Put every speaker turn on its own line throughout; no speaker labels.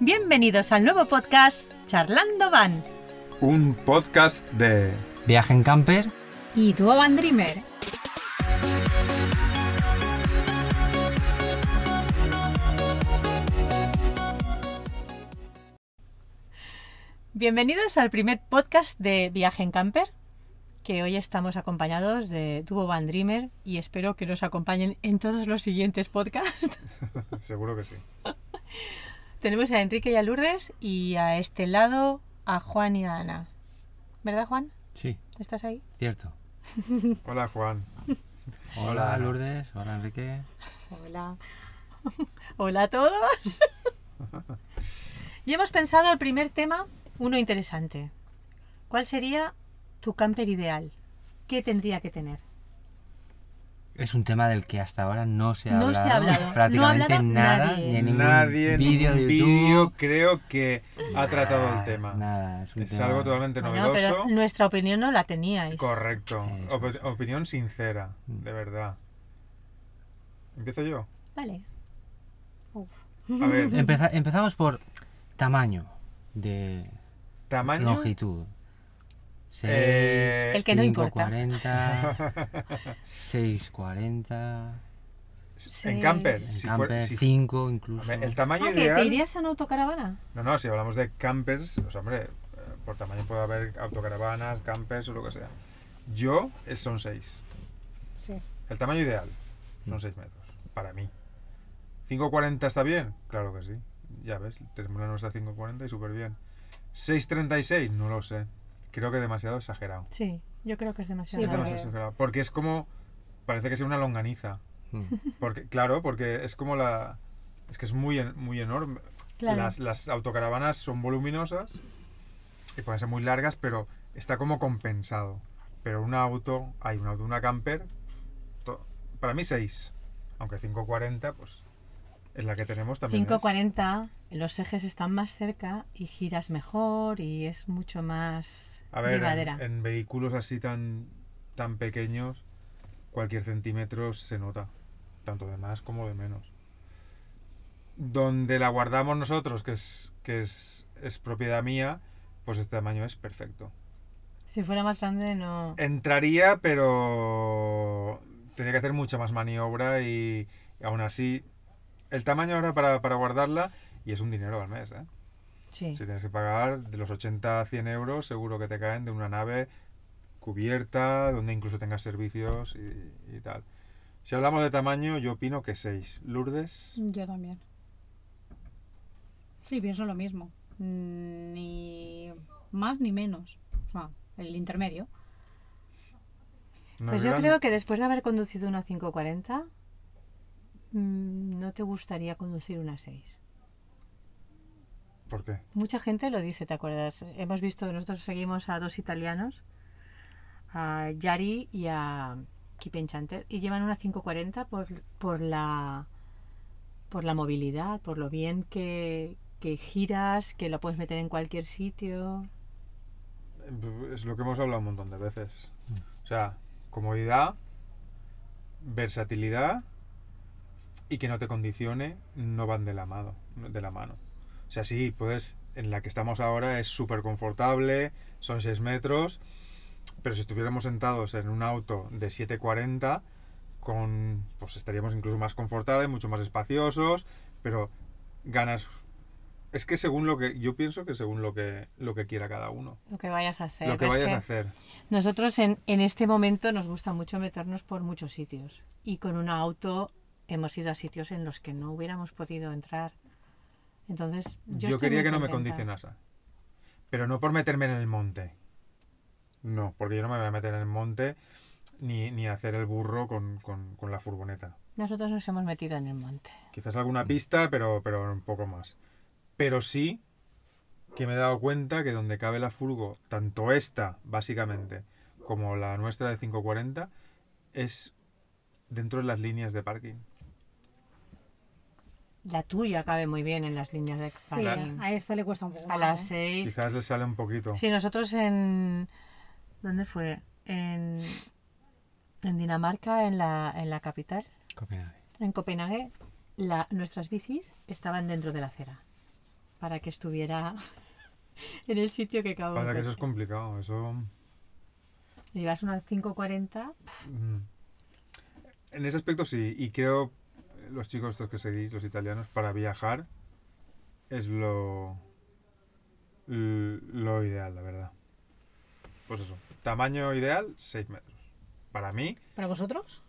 Bienvenidos al nuevo podcast Charlando Van
Un podcast de...
Viaje en camper.
y Duo Van Dreamer. Bienvenidos al primer podcast de Viaje en Camper, que hoy estamos acompañados de Duo Van Dreamer y espero que nos acompañen en todos los siguientes podcasts.
Seguro que sí.
Tenemos a Enrique y a Lourdes y a este lado a Juan y a Ana. ¿Verdad, Juan?
Sí,
¿Estás ahí?
cierto.
Hola Juan.
Hola,
Hola.
Lourdes. Hola, Enrique.
Hola. Hola a todos. y hemos pensado el primer tema, uno interesante. ¿Cuál sería tu camper ideal? ¿Qué tendría que tener?
Es un tema del que hasta ahora no se ha
No se
hablado,
ha hablado. No ha
prácticamente
hablado
nada,
nadie.
ni en ningún
Nadie en
vídeo
un
de
vídeo
YouTube. Ah,
creo que ha tratado el tema.
Nada, es un
es
tema-
algo totalmente
Bueno,
novedoso.
pero nuestra opinión no la teníais.
Correcto.
Eso
Opi-
es.
opinión sincera,
Mm.
de verdad. ¿Empiezo yo?
Vale. Uf.
A ver,
Empeza- empezamos por tamaño de
tamaño...
longitud. Seis,
Eh,
El que no
cinco,
importa.
40, 640,
En camper.
Seis.
en
si fuera-
camper,
si-
5
a
incluso.
ver, el tamaño
Ah, ¿que
ideal...
¿Te irías a una autocaravana?
No, no, si hablamos de campers, o sea, hombre, eh, por tamaño puede haber autocaravanas, campers o lo que sea. Yo eh, son seis.
Sí.
El tamaño ideal son
Mm.
6 metros, para mí. ¿540 está bien? Claro que sí. Ya ves, tenemos la nuestra 540 y súper bien. ¿636? No lo sé. Creo que demasiado exagerado.
Sí, yo creo que es demasiado.
Sí,
Es
porque-
demasiado exagerado. Porque es como. Parece que sea una longaniza.
Mm.
Porque, claro, porque es como la. Es que es muy, en- muy enorme.
Claro.
Las, las autocaravanas son voluminosas y pueden ser muy largas, pero está como compensado. Pero un auto, hay un auto, una camper, to- para mí 6. Aunque 540, pues es la que tenemos también. es.
5.40, los ejes están más cerca y giras mejor y es mucho más
A ver,
llevadera.
en, en vehículos así tan, tan pequeños, cualquier centímetro se nota, tanto de más como de menos. Donde la guardamos nosotros, que es, que es, es propiedad mía, pues este tamaño es perfecto.
Si fuera más grande no...
Entraría, pero tenía que hacer mucha más maniobra y aún así, el tamaño ahora para, para guardarla, y es un dinero al mes, ¿eh?
Sí.
Si tienes que pagar de los 80 a 100 euros, seguro que te caen de una nave cubierta, donde incluso tengas servicios y, y tal. Si hablamos de tamaño, yo opino que 6. Lourdes,
Yo también. Sí, pienso lo mismo. Mm, Ni más ni menos. O sea, el intermedio.
no
Pues
es
yo
grande.
creo que después de haber conducido una 540, mm, no te gustaría conducir una 6.
¿Por qué?
Mucha gente lo dice, ¿te acuerdas? Hemos visto, nosotros seguimos a dos italianos, a Yari y a Kipenchante, y llevan una 540 por, por, la, por la movilidad, por lo bien que, que giras, que lo puedes meter en cualquier sitio.
eh, Es lo que hemos hablado un montón de veces. O sea, comodidad, versatilidad y que no te condicione no van de la mano. De la mano. O sea, sí, puedes, en la que estamos ahora es súper confortable, son 6 metros, pero si estuviéramos sentados en un auto de 740, con, pues estaríamos incluso más confortables, mucho más espaciosos, pero ganas... Es que según lo que... Yo pienso que según lo que, lo que quiera cada uno
Lo que vayas a hacer.
lo que
Es
vayas
que-
a hacer.
Nosotros en, en este momento nos gusta mucho meternos por muchos sitios y con un auto hemos ido a sitios en los que no hubiéramos podido entrar. Entonces, yo,
Yo,
estoy
quería
muy
que no me
contenta.
condicionase. Pero no por meterme en el monte. No, porque yo no me voy a meter en el monte ni, ni hacer el burro con, con- con la furgoneta.
Nosotros nos hemos metido en el monte.
Quizás alguna pista, pero, pero un poco más. Pero sí que me he dado cuenta que donde cabe la furgo, tanto esta, básicamente, como la nuestra de 540, es dentro de las líneas de parking.
La tuya cabe muy bien en las líneas de
Sí,
parking.
a esta le cuesta un poco.
a
más,
las
¿eh?
seis.
Quizás le sale un poquito.
Sí, nosotros en... ¿Dónde fue? En, en Dinamarca, en la, en la capital,
Copenhague.
en Copenhague, la- nuestras bicis estaban dentro de la acera. para que estuviera en el sitio que acabo
Para que eso es complicado, eso...
Llevas una 540,
mm. En ese aspecto sí, y creo eh, los chicos estos que seguís, los italianos, para viajar es lo... l- lo ideal, la verdad. Pues eso, tamaño ideal, 6 metros. Para mí,
¿para vosotros?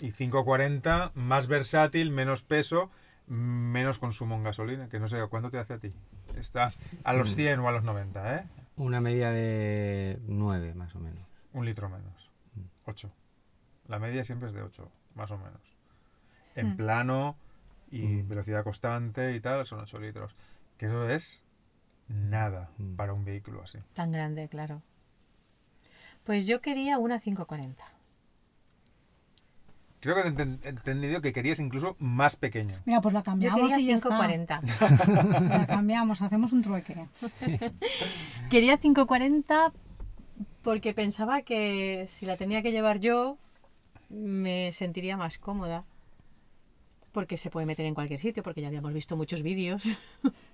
Y 540, más versátil, menos peso, menos consumo en gasolina, que no sé a cuánto te hace a ti. Estás a los
Mm.
100 o a los 90, ¿eh?
Una media de 9 más o menos.
Un litro menos.
Mm.
8. La media siempre es de 8, más o menos. En
Mm.
plano y
Mm.
velocidad constante y tal, son 8 litros. Que eso es nada
Mm.
para un vehículo así.
Tan grande, claro. Pues yo quería una 540.
Creo que te he enten- entendido que querías incluso más pequeño.
Mira, pues la
Yo
cambiamos
quería
y ya está.
540.
La cambiamos, hacemos un trueque.
Quería 540 porque pensaba que si la tenía que llevar yo me sentiría más cómoda. Porque se puede meter en cualquier sitio, porque ya habíamos visto muchos vídeos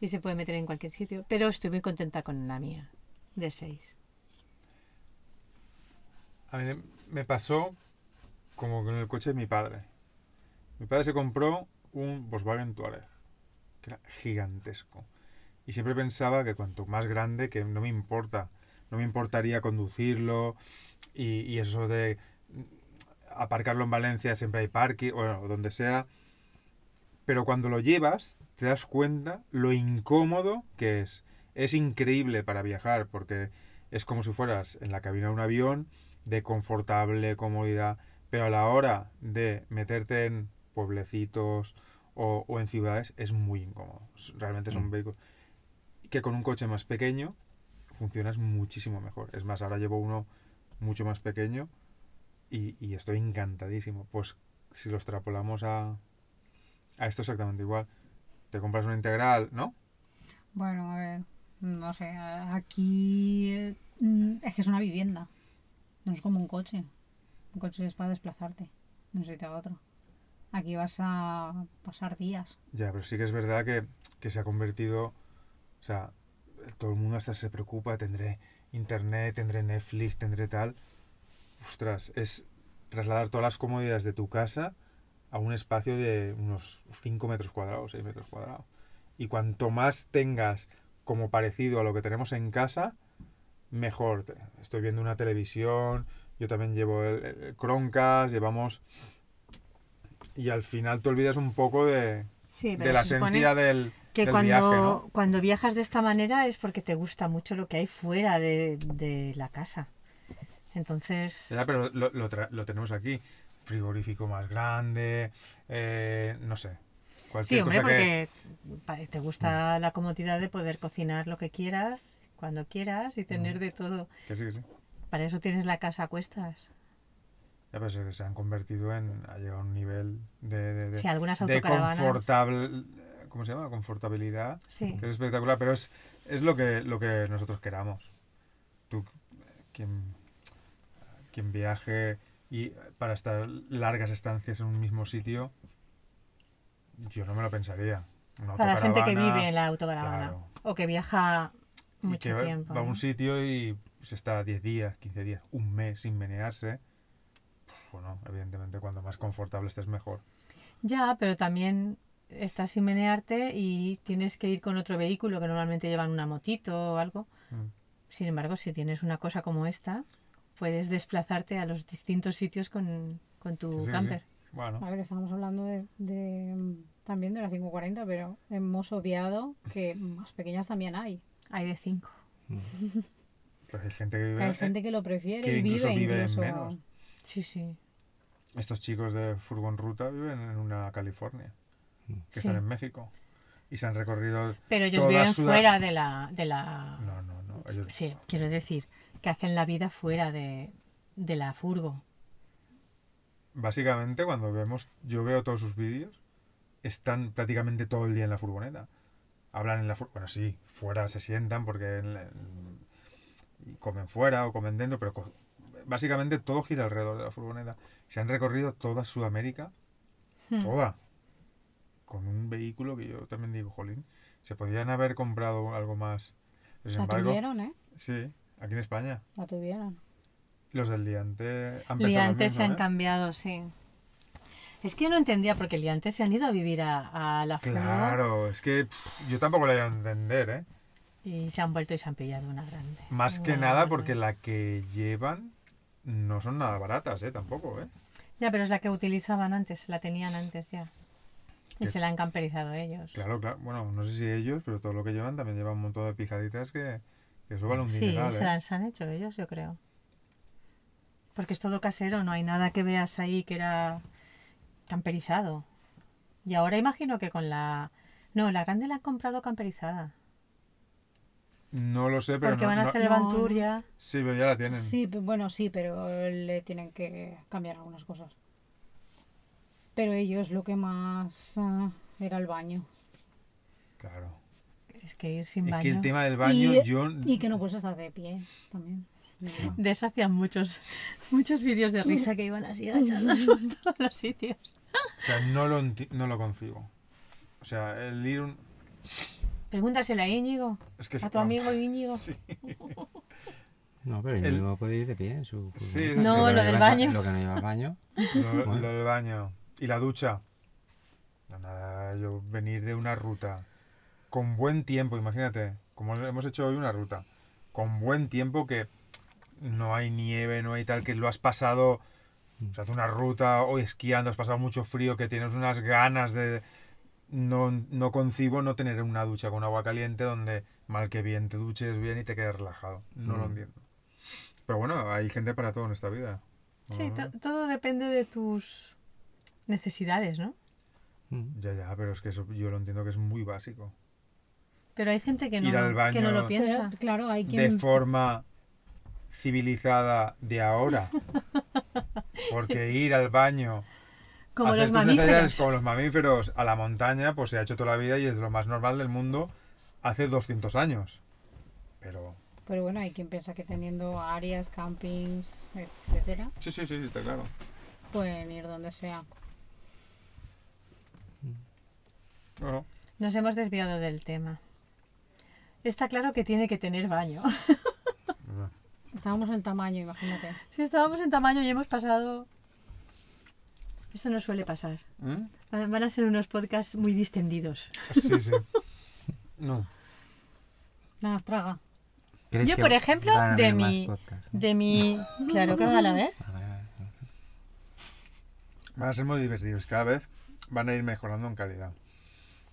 y se puede meter en cualquier sitio. Pero estoy muy contenta con la mía, de 6.
A mí me pasó como con el coche de mi padre. Mi padre se compró un Volkswagen Touareg, que era gigantesco. Y siempre pensaba que cuanto más grande, que no me importa. No me importaría conducirlo y, y eso de mm, aparcarlo en Valencia, siempre hay parking, bueno, donde sea. Pero cuando lo llevas, te das cuenta lo incómodo que es. Es increíble para viajar porque es como si fueras en la cabina de un avión de confortable comodidad, pero a la hora de meterte en pueblecitos o, o en ciudades es muy incómodo. S- Realmente son
Mm.
vehículos que con un coche más pequeño funcionas muchísimo mejor. Es más, ahora llevo uno mucho más pequeño y, y estoy encantadísimo. Pues si lo extrapolamos a, a esto exactamente igual, te compras una integral, ¿no?
Bueno, a ver, no sé, a- aquí eh, mm, es que es una vivienda, no es como un coche. Un coche es para desplazarte de un sitio a otro. Aquí vas a pasar días.
Ya, pero sí que es verdad que, que se ha convertido. O sea, todo el mundo hasta se preocupa: tendré internet, tendré Netflix, tendré tal. Ostras, es trasladar todas las comodidades de tu casa a un espacio de unos 5 metros cuadrados, 6 metros cuadrados. Y cuanto más tengas como parecido a lo que tenemos en casa, mejor. Te- Estoy viendo una televisión, yo también llevo el, el Chromecast, llevamos. Y al final te olvidas un poco de,
Sí,
de la esencia del,
que
del
cuando,
viaje, ¿no?
cuando viajas de esta manera es porque te gusta mucho lo que hay fuera de, de la casa. Entonces,
Ya, pero lo, lo tra- lo tenemos aquí. Frigorífico más grande, eh, no sé. Cualquier
sí, hombre,
cosa que...
porque pa- te gusta la comodidad de poder cocinar lo que quieras, cuando quieras y
Mm.
tener de todo.
que sí, que sí.
Para eso tienes la casa a cuestas.
Ya, pero se, se han convertido en... Ha llegado a un nivel de... de, de-
Sí, algunas
de
autocaravanas.
confortable... ¿Cómo se llama? Confortabilidad.
Sí,
que es espectacular, pero es, es lo, que, lo que nosotros queramos. Tú, quien, quien viaje y para estar largas estancias en un mismo sitio, yo no me lo pensaría. Una
para la gente que
autocaravana,
vive en la autocaravana
claro.
o que viaja
y
mucho
que va-
tiempo.
va a
¿no?
un sitio y se está 10 días, 15 días, un mes sin menearse. pues, Bueno, evidentemente cuanto más confortable estés mejor.
Ya, pero también estás sin menearte y tienes que ir con otro vehículo que normalmente llevan una motito o algo.
Mm.
Sin embargo, si tienes una cosa como esta, puedes desplazarte a los distintos sitios con, con
Que
tu
sí, que sí.
camper.
Bueno,
A ver, estamos hablando de, de, mm, también de la 540, pero hemos obviado que más pequeñas también hay.
Hay de cinco.
pero hay gente que
Que
vive
hay gente que lo prefiere
Eh, que
y
incluso
vive
vive en
incluso.
menos.
Sí, sí.
estos chicos de Furgón Ruta viven en una California,
Mm.
Sí.
que están en México. Y se han recorrido...
Pero ellos
Toda
viven
Sudam-
fuera de la, de la...
No, no, no. ellos-
Sí, quiero decir, que hacen la vida fuera de, de la furgo.
Básicamente, cuando vemos, yo veo todos sus vídeos, están prácticamente todo el día en la furgoneta. Hablan en la furgoneta. Bueno, sí, fuera se sientan porque en la- en- y comen fuera o comen dentro, pero co- básicamente todo gira alrededor de la furgoneta. Se han recorrido toda Sudamérica,
Hmm.
toda, con un vehículo que yo también digo, jolín, Se podían haber comprado algo más. Pero, sin
La
embargo,
tuvieron, ¿eh?
sí, aquí en España.
La tuvieron.
Los del liante han pensado lo
Liantes se
mismo,
han
¿eh?
cambiado, sí. Es que yo no entendía porque liantes se han ido a vivir a, a la Fluo
Claro, es que pff, yo tampoco lo voy a entender, ¿eh?
y se han vuelto y se han pillado una grande.
Más que
Una
nada
grande.
porque la que llevan no son nada baratas, ¿eh? Tampoco, ¿eh?
Ya, pero es la que utilizaban antes, la tenían antes ya. Y
Que-
se la han camperizado ellos.
Claro, claro. Bueno, no sé si ellos, pero todo lo que llevan también llevan un montón de pijaditas que, que eso vale un
Sí,
dineral,
se
¿eh?
las han hecho ellos, yo creo. Porque es todo casero, no hay nada que veas ahí que era camperizado. Y ahora imagino que con la... No, la grande la han comprado camperizada.
No lo sé, pero
porque
no-
van a
no-
hacer el
No,
Bantur
no.
ya.
Sí, pero ya la tienen.
Sí, pe- bueno, sí, pero le tienen que cambiar algunas cosas. Pero ellos lo que más ah, era el baño.
Claro.
Es que ir sin
Es
baño.
que el tema del baño,
y,
yo...
y que no puedes estar de pie también.
De eso hacían muchos, muchos vídeos de risa que iban así agachados por todos los sitios.
O sea, no lo, enti- no lo concibo. O sea, el ir un...
Pregúntaselo a Íñigo,
Es que
a
es-
tu amigo Íñigo.
Sí.
No, pero el
El-
niño puede ir de pie en su...
Sí,
pues,
No,
lo
que
del
lleva-
baño.
Lo que no lleva al baño.
Lo,
Bueno.
lo del baño. Y la ducha. No, nada, yo venir de una ruta con buen tiempo, imagínate, como hemos hecho hoy una ruta, con buen tiempo que no hay nieve, no hay tal, que lo has pasado,
Mm.
o sea, hace una ruta hoy esquiando, has pasado mucho frío, que tienes unas ganas de... No, no concibo no tener una ducha con agua caliente donde mal que bien te duches bien y te quedas relajado. No lo
Mm.
entiendo. Pero bueno, hay gente para todo en esta vida.
Sí, to-
Normalmente.
todo depende de tus necesidades, ¿no?
Mm.
Ya, ya, pero es que eso yo lo entiendo que es muy básico.
Pero hay gente que no,
Ir al baño
que no lo
Pero,
piensa.
claro, hay
De
em-
quien...
forma civilizada de ahora. Porque ir al baño,
Como
hacer
los
tus necesidades
mamíferos.
como los mamíferos a la montaña, pues se ha hecho toda la vida y es lo más normal del mundo hace 200 años. Pero...
Pero bueno, hay quien piensa que teniendo áreas, campings, etcétera,
Sí, sí, sí, está claro.
pueden ir donde sea.
Bueno,
Nos hemos desviado del tema. Está claro que tiene que tener baño.
bueno.
Estábamos en el tamaño, imagínate.
si estábamos en tamaño y hemos pasado... Eso no suele pasar.
¿Mm?
Van van a ser unos podcasts muy distendidos.
Sí, sí. No.
Nada, traga.
¿Crees
Yo,
que
por ejemplo,
van a
de
haber más
mi-
podcasts?
De mi... Claro que van a ver.
Ah, vale, vale.
Van a ser muy divertidos. Cada vez van a ir mejorando en calidad.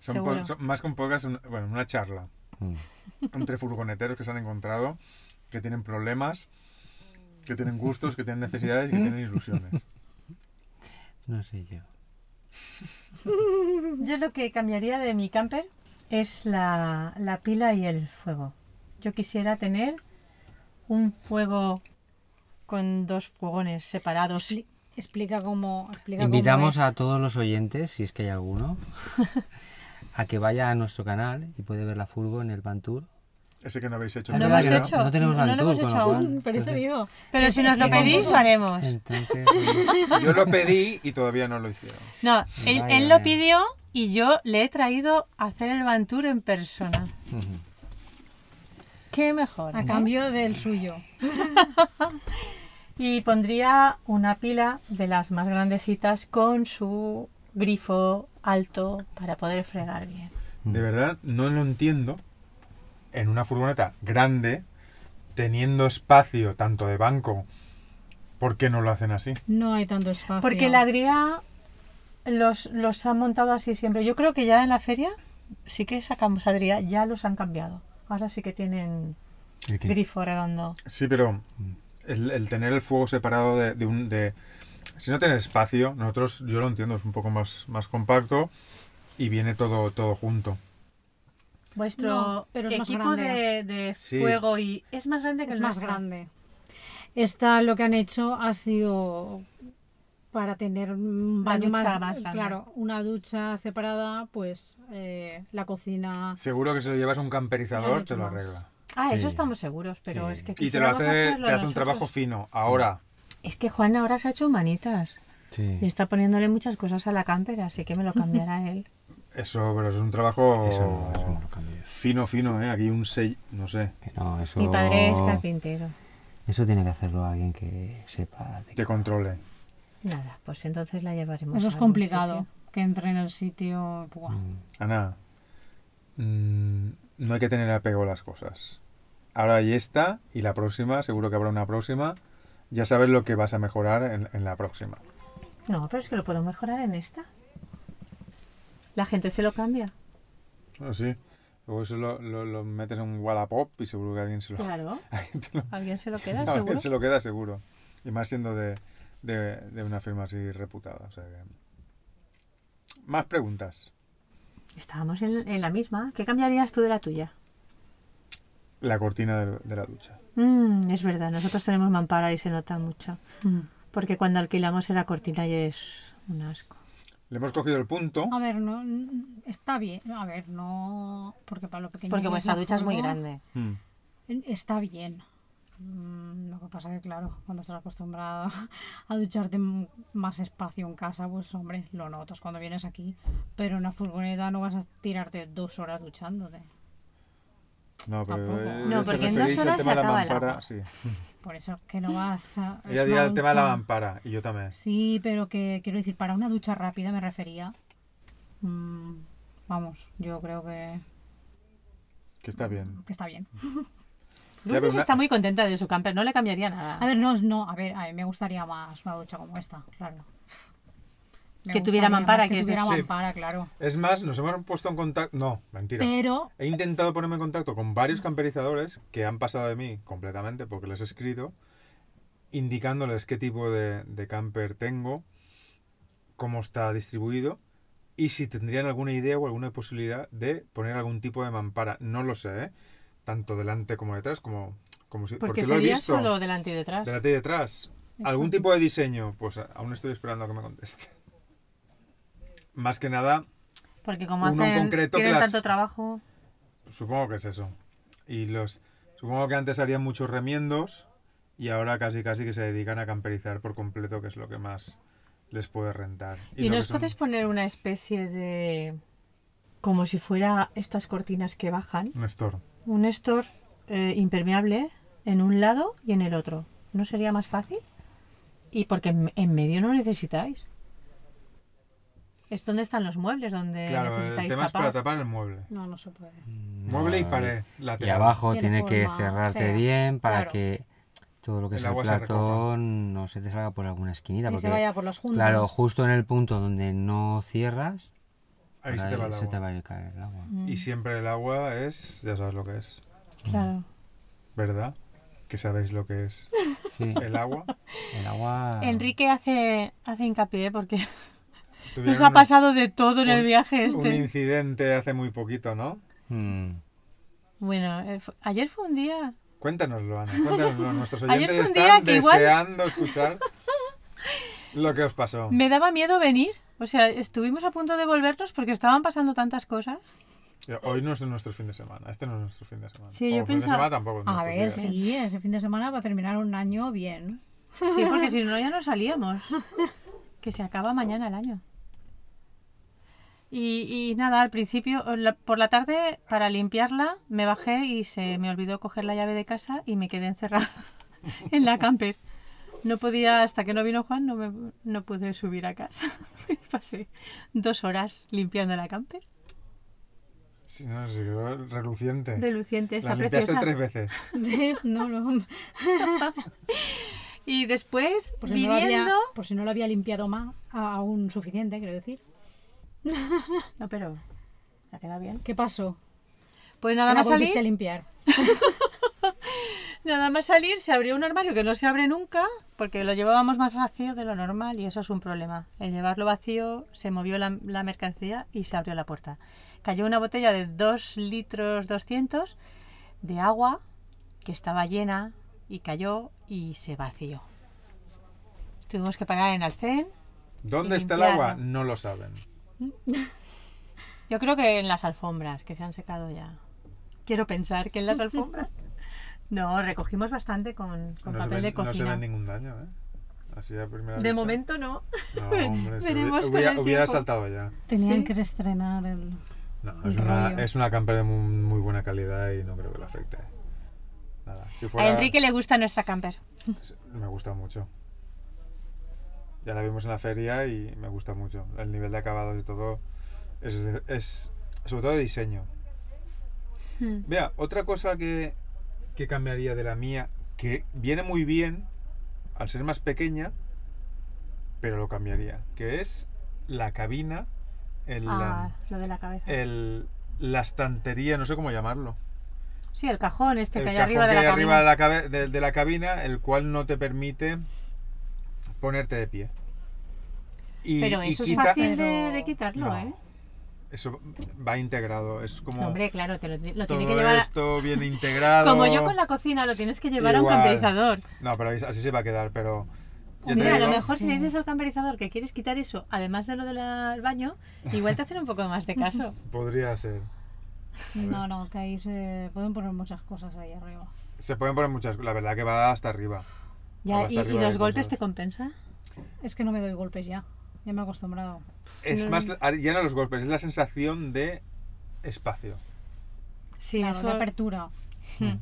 Son, po-
Seguro.
son- más con pocas, bueno, una charla.
Mm.
entre furgoneteros que se han encontrado, que tienen problemas, que tienen gustos, que tienen necesidades y que tienen ilusiones.
No sé yo.
Yo lo que cambiaría de mi camper es la, la pila y el fuego. Yo quisiera tener un fuego con dos fogones separados.
Expli- Explica cómo... Explica cómo
Invitamos
es.
a todos los oyentes, si es que hay alguno, a que vaya a nuestro canal y puede ver la furgo en el Bantur.
Ese que no habéis hecho.
Lo
Es
nunca.
verdad
hemos
que no-
hecho,
No, tenemos
no lo
Bantur,
hemos
con
hecho este
lo cual,
Pero eso
entonces-
digo...
Pero si nos lo
Es que
pedís, lo
tampoco-
haremos.
Entonces,
Yo lo pedí y todavía no lo hicieron.
No, él,
Vaya,
él lo
vaya.
pidió y yo le he traído a hacer el Bantur en persona.
ujú.
Qué mejor.
A
¿no?
cambio del suyo.
Y pondría una pila de las más grandecitas con su grifo alto para poder fregar bien.
De verdad, no lo entiendo. En una furgoneta grande, teniendo espacio tanto de banco, ¿por qué no lo hacen así?
No hay tanto espacio.
Porque la Adrià los, los ha montado así siempre. Yo creo que ya en la feria sí que sacamos Adrià, ya los han cambiado. Ahora sí que tienen
¿El qué?
grifo redondo.
Sí, pero el, el tener el fuego separado de, de un... De, si no tienes espacio, nosotros, yo lo entiendo, es un poco más, más compacto y viene todo, todo junto.
Vuestro
No, pero es más
equipo de,
grande.
de
Sí.
fuego y es más grande que
es
el
más
nuestro.
grande. Esta lo que han hecho ha sido para tener un
La
baño
ducha
más,
más grande.
claro, una ducha separada, pues eh, la cocina
Seguro que si lo llevas a un camperizador
hecho
te lo
más.
arregla.
Ah,
Sí.
eso estamos seguros, pero
Sí.
es que
Y te lo
quisiéramos
hace,
hacerlo
te hace un
nosotros.
trabajo fino. Ahora,
Es que Juan ahora se ha hecho humanitas
Sí.
y está poniéndole muchas cosas a la camper, así que me lo cambiará él.
eso, pero es un trabajo
Eso no, eso no lo cambio.
Fino, fino, ¿eh? Aquí un 6, no sé,
Que no, eso,
Mi padre es carpintero.
eso tiene que hacerlo alguien que sepa. de-
que controle.
Nada, pues entonces la llevaremos.
Eso
a
es
algún
complicado.
sitio.
Que entre en el sitio. buah.
Mm.
Ana, mm, no hay que tener apego a las cosas. Ahora hay esta y la próxima, seguro que habrá una próxima. Ya sabes lo que vas a mejorar en, en la próxima.
No, pero es que lo puedo mejorar en esta. La gente se lo cambia.
¿Ah, sí? Luego eso lo, lo- lo metes en un Wallapop y seguro que alguien se lo,
Claro.
alguien te lo-
Alguien se lo queda,
alguien
seguro.
se lo queda seguro. Y más siendo de, de- de una firma así reputada. o sea que- Más preguntas.
Estábamos en, en la misma. ¿Qué cambiarías tú de la tuya?
La cortina de, de la ducha.
Mm, es verdad, nosotros tenemos mampara y se nota mucho.
Mm.
Porque cuando alquilamos era cortina y es un asco.
Le hemos cogido el punto.
Ah.
A ver, no. n- Está bien. A ver, no. Porque para lo pequeño. que
Porque
es
vuestra
la
ducha es muy
forma,
grande.
Mm.
Está bien. Mm, Lo que pasa que, claro, cuando estás acostumbrado a ducharte en más espacio en casa, pues hombre, lo notas cuando vienes aquí. Pero en una furgoneta no vas a tirarte dos horas duchándote.
No, pero
Tampoco.
eh,
No,
se
porque en
referís
dos
al
horas se
tema de la
acaba el
mampara.
agua.
Sí.
Por eso es que no vas a... es
Ella
una
dirá el tema de la
ducha-
mampara y yo también.
Sí, pero que quiero decir, para una ducha rápida me refería. Mm, vamos, yo creo que,
Que está bien.
que está bien.
Ya, pero
Lourdes
una-
está muy contenta de su camper, no le cambiaría nada.
A ver, no, es- no, a ver, a mí me gustaría más una ducha como esta, claro. Me
Que tuviera
gustaría más
mampara,
que
quieres
tuviera
decir. Sí.
mampara, claro.
Es más, nos hemos puesto en contacto. No, mentira.
Pero,
He intentado ponerme en contacto con varios camperizadores que han pasado de mí completamente porque les he escrito, indicándoles qué tipo de, de camper tengo, cómo está distribuido y si tendrían alguna idea o alguna posibilidad de poner algún tipo de mampara. No lo sé, ¿eh? tanto delante como detrás, como, como si.
porque
lo he
sería
visto.
solo delante y detrás.
Delante y detrás. ¿Algún
Exacto.
tipo de diseño? Pues a- aún estoy esperando a que me conteste. Más que nada,
Porque como
Uno en
hacen
concreto que
tienen
las-
tanto trabajo,
supongo que es eso. Y los supongo que antes harían muchos remiendos y ahora casi casi que se dedican a camperizar por completo, que es lo que más les puede rentar.
¿Y,
lo que
nos
son-
puedes poner una especie de... como si fuera estas cortinas que bajan?
un store.
Un estor eh, impermeable en un lado y en el otro. ¿No sería más fácil? Y porque en, en medio no necesitáis. Es donde están los muebles, donde
Claro, el
Eh, necesitáis
tema es para
tapar.
tapar el mueble.
no, no se puede.
Mueble y
Mm, No,
pared.
Y
lateral.
abajo
Tiene
tiene que
forma,
cerrarte
sea,
bien para
claro.
que todo lo que
El
es el
agua se recoja.
platón no se te salga por alguna esquinita.
Y
Porque,
se vaya por los juntos.
claro, justo en el punto donde no cierras,
Ahí se
ahora
te va el
se te
agua.
va a caer el agua.
Y siempre el agua es, ya sabes lo que es,
Claro.
¿verdad? Que sabéis lo que es
Sí,
el agua.
el agua.
Enrique hace, hace hincapié porque nos
Tuvieron
ha
un-
pasado de todo en el
un-
viaje
Un
este.
incidente hace muy poquito, ¿no?
Mm.
Bueno, eh, fu- ayer fue un día
Cuéntanoslo, Ana. Cuéntanoslo. Nuestros
Ayer
oyentes
fue un
están
día que igual-
deseando escuchar lo que os pasó.
Me daba miedo venir. O sea, estuvimos a punto de volvernos porque estaban pasando tantas cosas.
Hoy no es nuestro fin de semana. Este no es nuestro fin de semana.
Sí,
O
yo
fin de
pensaba-
semana tampoco es
A
nuestro
ver,
día. ¿eh?
sí, ese fin de semana va a terminar un año bien.
Sí, porque si no ya no salíamos. Que se acaba mañana el año. Y, y nada, al principio, la- por la tarde, para limpiarla, me bajé y se me olvidó coger la llave de casa y me quedé encerrada en la camper. No podía, hasta que no vino Juan, no, me, no pude subir a casa. Pasé dos horas limpiando la camper.
Sí, no, sí, quedó reluciente.
Reluciente,
Eh, La
está
limpiaste
preciosa.
tres veces.
no, no.
Y después,
Por Pues si, no lo había,
viniendo...
por si no lo había limpiado más, a- aún suficiente, quiero decir.
No, pero... ¿Ha quedado bien?
¿Qué pasó?
Pues
¿Que
nada
la
más
volviste a
salir,
limpiar?
nada más salir se abrió un armario que no se abre nunca porque lo llevábamos más vacío de lo normal y eso es un problema. El llevarlo vacío se movió la, la mercancía y se abrió la puerta. Cayó una botella de 2 litros 200 de agua que estaba llena y cayó y se vació. Tuvimos que pagar en Alcén.
¿Dónde
Y
está el agua?
limpiarlo.
No lo saben.
Yo creo que en las alfombras, que se han secado ya. Quiero pensar que en las alfombras. No, recogimos bastante con, con
no, se
papel
ven,
de
no se
cocina.
ven ningún daño, ¿eh? Así a primera
De
vista.
momento no.
No, hombre, se
Veremos
hubi-
con
hubiera,
el
hubiera
tiempo.
saltado ya.
Tenían
Sí.
que estrenar el...
No, es
Un
una,
rollo.
es una camper de muy, muy buena calidad y no creo que le afecte. Nada, si fuera-
A Enrique le gusta nuestra camper.
Sí, Me gusta mucho. Ya la vimos en la feria y me gusta mucho. El nivel de acabados y todo es, de- es sobre todo de diseño.
Hmm.
Vea, otra cosa que, que cambiaría de la mía, que viene muy bien al ser más pequeña, pero lo cambiaría, que es la cabina, el,
Ah, lo de la
eh,
cabeza.
el- la estantería, no sé cómo llamarlo.
sí, el cajón este
el
que hay
cajón
arriba de
que
la
hay
cabina.
arriba de la, cabe- de- de la cabina, el cual no te permite ponerte de pie. Y,
Pero
y
eso es
quita-
fácil de,
Pero-
de quitarlo,
No,
¿eh?
Eso va integrado, es como
Hombre, claro, te lo, ti- lo tiene que
todo
llevar. a-
esto bien integrado.
Como yo con la cocina, lo tienes que llevar a
Igual.
un camperizador.
No, pero ahí- así se va a quedar, pero... ya te
Mira, a lo
digo-
mejor si le dices al camperizador que quieres quitar eso, además de lo del baño, igual te hacen un poco más de caso.
Podría ser.
No, no, que ahí se pueden poner muchas cosas ahí arriba.
Se pueden poner muchas... La verdad que va hasta arriba.
Ya,
Va hasta
y, y
arriba
los
del
golpes te
control.
compensa.
Es que no me doy golpes ya. Ya me he acostumbrado.
Es
No,
más... Ya no los golpes, es la sensación de espacio.
Sí,
claro,
eso.
de apertura.
Hmm.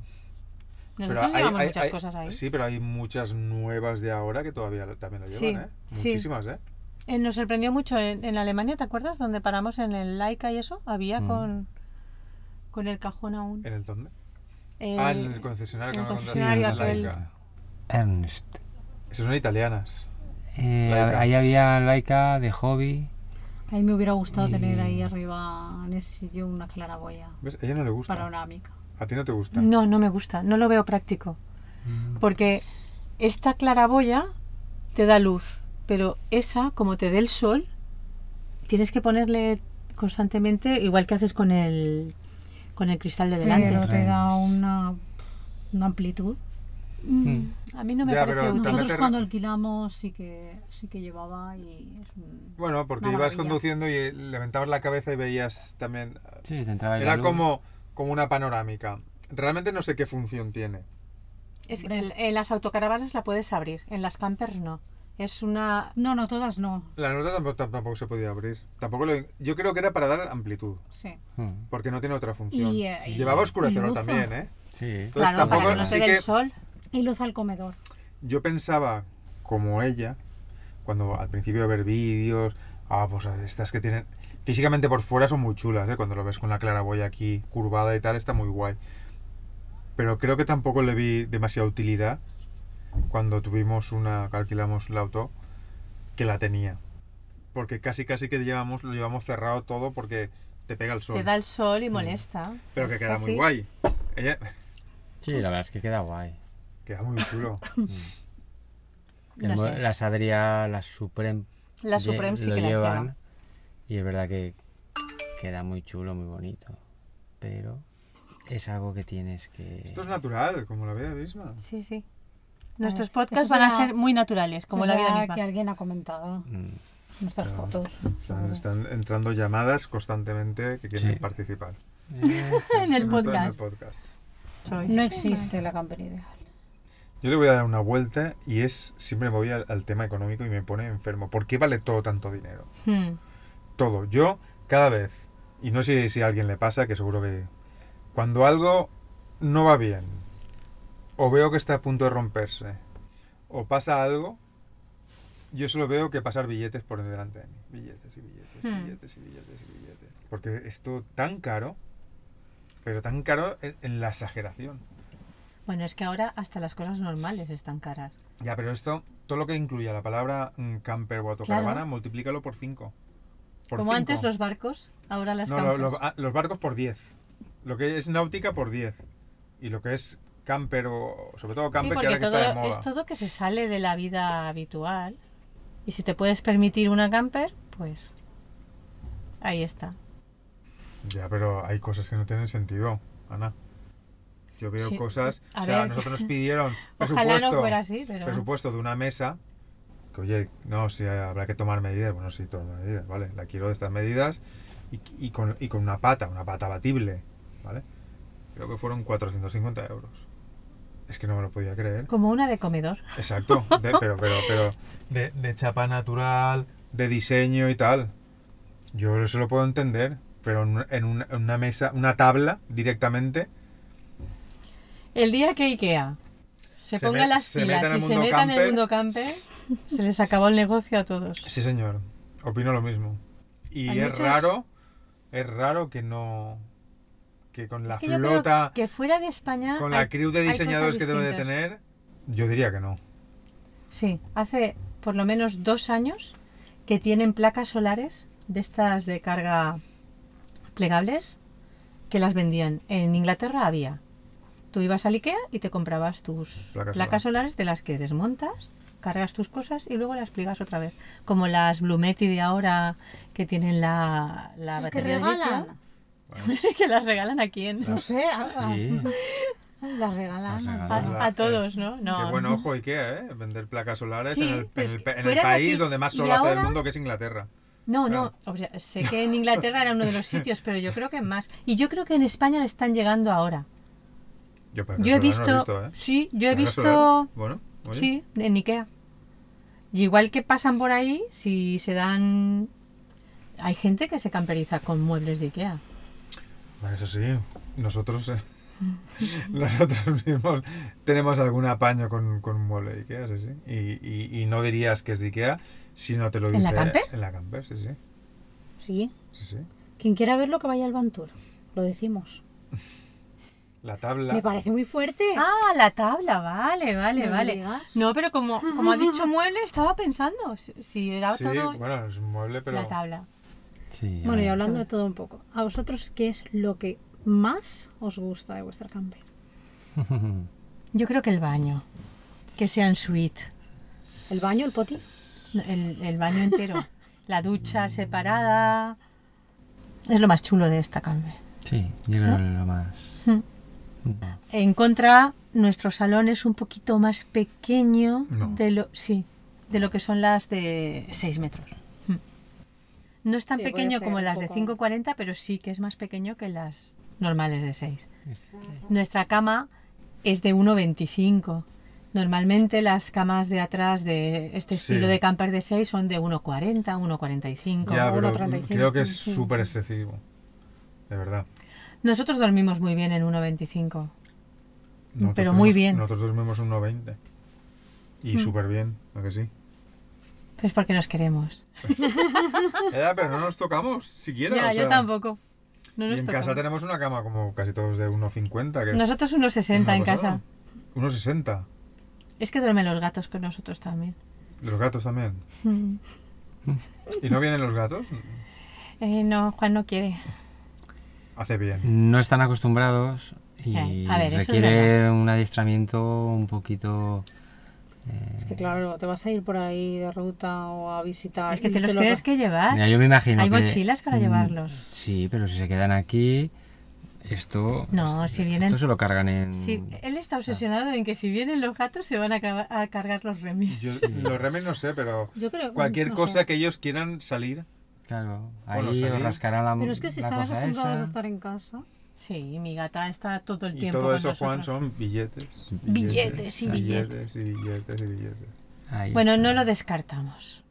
Nosotros
hay-
llevamos
hay-
muchas
hay-
cosas ahí.
Sí, pero hay muchas nuevas de ahora que todavía lo- también lo
Sí,
llevan, ¿eh?
sí.
Muchísimas, ¿eh?
Eh, nos sorprendió mucho en, en Alemania, ¿te acuerdas? Donde paramos en el Laika y eso, había
Mm.
con, con el cajón aún.
¿En el dónde?
El-
ah, en el concesionario que
Eh, el
me contaste.
concesionario
Laica.
aquel.
Ernst.
Esas son italianas.
Eh,
Laika.
ahí había Laika de hobby.
Ahí me hubiera gustado tener ahí
Y-
arriba, en ese sitio, una claraboya
¿Ves? A ella no le gusta.
panorámica.
A ti no te gusta.
No, no me gusta, no lo veo práctico.
Mm.
Porque esta claraboya te da luz, pero esa, como te dé el sol, tienes que ponerle constantemente, igual que haces con el, con el cristal de delante.
Pero te da
Rayos.
una, una amplitud.
Hmm.
Mm, a mí no me
Ya,
parece
pero
útil.
también
Nosotros
te re-
cuando alquilamos sí que sí que llevaba y es un-
Bueno, porque
Una
ibas
maravilla.
conduciendo y eh, levantabas la cabeza y veías también...
Sí, te entraba ahí la
Era
luz.
como, como una panorámica. Realmente no sé qué función tiene.
Es- en, en las autocaravanas la puedes abrir, en las campers no. Es una...
No, no, todas no.
La nota tampoco, tampoco se podía abrir. Tampoco lo- yo creo que era para dar amplitud,
Sí.
Mm.
porque no tiene otra función.
Y, eh,
Llevaba
y-
oscurecedor
y luza.
también, ¿eh?
Sí.
Entonces,
claro, para
tampoco-
que no
sí
se dé
que-
el sol.
Y luz al comedor.
yo pensaba como ella, cuando al principio de ver vídeos, ah, pues estas que tienen. Físicamente por fuera son muy chulas, ¿eh? cuando lo ves con la claraboya aquí curvada y tal, está muy guay. Pero creo que tampoco le vi demasiada utilidad cuando tuvimos una, calculamos la auto, que la tenía. Porque casi casi que llevamos, lo llevamos cerrado todo porque te pega el sol.
Te da el sol y molesta.
Mm. Pero que
Es
queda muy
así.
guay. Ella,
Sí, la verdad es que queda guay.
queda muy chulo.
No
El mo-
sé.
Las Adria, las Supreme.
La
lle-
Supreme sí
lo
que la
llevan.
lleva.
Y es verdad que queda muy chulo, muy bonito. Pero es algo que tienes que.
Esto es natural, como la vida misma.
Sí, sí. Nuestros podcasts
eso
van a
será-
ser muy naturales, como
Eso
la vida
será
misma.
que alguien ha comentado
Mm.
nuestras fotos.
Están, están entrando llamadas constantemente que quieren
Sí.
participar.
Eh,
En el
No están en el
podcast.
podcast.
No existe la camper ideal.
Yo le voy a dar una vuelta y es siempre me voy al, al tema económico y me pone enfermo. ¿Por qué vale todo tanto dinero?
Hmm.
Todo. Yo cada vez, y no sé si a alguien le pasa, que seguro que cuando algo no va bien, o veo que está a punto de romperse, o pasa algo, yo solo veo que pasar billetes por delante de mí. Billetes y billetes y
Hmm.
billetes y billetes y billetes. Porque esto tan caro, pero tan caro en, en la exageración.
Bueno, es que ahora hasta las cosas normales están caras.
Ya, pero esto, todo lo que incluya la palabra mm, camper o autocaravana,
Claro.
multiplícalo por 5.
Como antes los barcos, ahora las
No, lo-
campers.
lo- ah, los barcos por 10. Lo que es náutica por 10. Y lo que es camper o sobre todo
sí,
camper que
porque
ahora que
todo,
está de moda.
es todo que se sale de la vida habitual. Y si te puedes permitir una camper, pues ahí está.
Ya, pero hay cosas que no tienen sentido, Ana. Yo veo
Sí,
cosas,
a
o sea,
ver.
nosotros nos pidieron
Ojalá
presupuesto,
no fuera así, pero
presupuesto de una mesa que oye, no, si habrá que tomar medidas, bueno, sí, tomar medidas, vale, la quiero de estas medidas y, y con, y con una pata, una pata batible, ¿vale? Creo que fueron 450 euros. Es que no me lo podía creer.
como una de comedor.
Exacto, de- pero, pero, pero de, de chapa natural, de diseño y tal. Yo eso lo puedo entender, pero en, un- en una, en una mesa, una tabla directamente.
El día que IKEA se,
Se
ponga
met-
las
se
pilas
metan al
y se
mundo
meta en el
camper.
mundo camper, se les acabó el negocio a todos.
Sí, señor, opino lo mismo. Y
Hay
es
muchos-
raro, es raro que no, que con la
es que yo creo
flota,
que fuera de España.
con
hay-
la crew de
hay
diseñadores
cosas
que debe de
distintas.
tener, yo diría que no.
Sí, hace por lo menos dos años que tienen placas solares de estas de carga plegables que las vendían. En Inglaterra había. Tú ibas al IKEA y te comprabas tus
Placas
placas, solares de las que desmontas, cargas tus cosas y luego las pliegas otra vez. Como las Blumetti de ahora que tienen la, la
Es que
batería de litio.
regalan.
que las regalan a quién.
No sé, a, a-
Ah.
Sí.
las regalan.
Las
¿no?
regalan.
A,
Claro.
a todos, ¿no? no.
Qué buen ojo IKEA, ¿eh? Vender placas solares
Sí,
en el,
pero
en el
es
pa-
que
en el
fuera de
país
aquí.
donde más
Y
sol hace del
ahora-
mundo, que es Inglaterra.
No,
Claro.
no, o sea, sé que en Inglaterra era uno de los sitios, pero yo creo que más. Y yo creo que en España le están llegando ahora.
Yo, pero
Yo he
solar
visto,
no lo he visto, ¿eh?
sí, yo he
Placa
visto,
solar, Bueno, oye,
sí, en Ikea. Y igual que pasan por ahí, si se dan, hay gente que se camperiza con muebles de Ikea.
bueno, eso sí, nosotros, eh, nosotros mismos tenemos algún apaño con, con un mueble de IKEA, sí, sí. Y, y- y no dirías que es de IKEA si no te lo dice.
¿En la camper?
En la camper, sí, sí.
Sí.
sí, sí.
Quien quiera verlo, que vaya al Bantur. Lo decimos.
La tabla.
Me parece muy fuerte.
Ah, la tabla, vale, vale,
No me
vale.
digas.
No, pero como, como ha dicho mueble, estaba pensando si, si era
sí,
todo
bueno, es un mueble, pero...
la tabla.
Sí,
Bueno, y
ahora-
hablando de todo un poco, ¿a vosotros qué es lo que más os gusta de vuestra camper?
Yo creo que el baño, que sea en suite.
¿El baño, el poti?
El, el baño entero. la ducha separada. Es lo más chulo de esta camper.
Sí, yo creo que lo más.
Hmm. En contra, nuestro salón es un poquito más pequeño
No.
de lo sí, de lo que son las de 6 metros. Hmm. No es tan
Sí, puede
pequeño
ser
como
un
las de
poco-
5,40, pero sí que es más pequeño que las normales de 6.
Este-
Nuestra cama es de 1,25. Normalmente las camas de atrás de este
Sí.
estilo de camper de 6 son de 1,40, 1,45.
ya,
como
pero
1,35,
creo que es
sí.
súper excesivo. De verdad.
Nosotros dormimos muy bien en 1,25.
Nosotros
Pero muy
tenemos-
bien. Mm.
Nosotros dormimos un 1,20. Y súper bien, ¿a que sí?
Es porque nos queremos.
Ya, pero no nos tocamos siquiera.
ya,
o
yo
sea,
tampoco. No
y
nos
en
tocamos.
casa tenemos una cama como casi todos de 1,50. que es
Nosotros unos 60
una
en
pasada.
casa.
1,60.
Es que duermen los gatos con nosotros también.
Los gatos también. ¿Y no vienen los gatos?
Eh, no, Juan no quiere.
Hace bien.
No están acostumbrados y
Eh, a ver, eso es
requiere un adiestramiento un poquito.
Es que claro, te vas a ir por ahí de ruta o a visitar.
Es que
y
Ah, te los
lo-
tienes que llevar.
Mira, yo me imagino.
Ah, Hay
que-
mochilas para
Mm,
llevarlos.
Sí, pero si se quedan aquí, esto.
No,
esto-
si vienen-
Esto se lo cargan en.
Sí, él está
Ah.
obsesionado en que si vienen los gatos se van a, ca- a cargar los remis.
Yo, Los remes no sé, pero
Yo creo.
cualquier
no sé.
cosa que ellos quieran salir.
Claro, ahí
Bueno,
os
salir.
rascará la
Pero es que si
la
están
cosa
acostumbrados
esa.
a estar en casa.
Sí, mi gata está todo el
Y
tiempo
todo
con
eso, Juan,
nosotros.
son billetes.
Billetes y
Billetes y billetes y billetes.
Ahí
Bueno,
está.
no lo descartamos.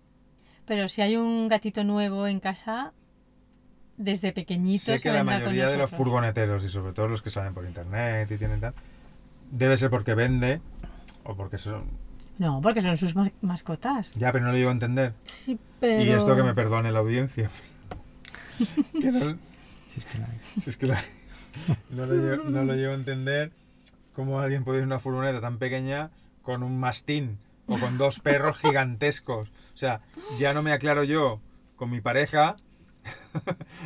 Pero si hay un gatito nuevo en casa, desde pequeñito
sé
se
que la
vendrá con
mayoría de los
nosotros.
furgoneteros y sobre todo los que salen por internet y tienen tal, debe ser porque vende o porque son...
No, porque son sus ma- mascotas.
Ya, pero no lo llego a entender.
Sí, pero.
Y esto que me perdone la audiencia. Que no-
Si es que la-
si es que la- no, lo llego, no lo llego a entender cómo alguien puede ir en una furgoneta tan pequeña con un mastín o con dos perros gigantescos. O sea, ya no me aclaro yo con mi pareja.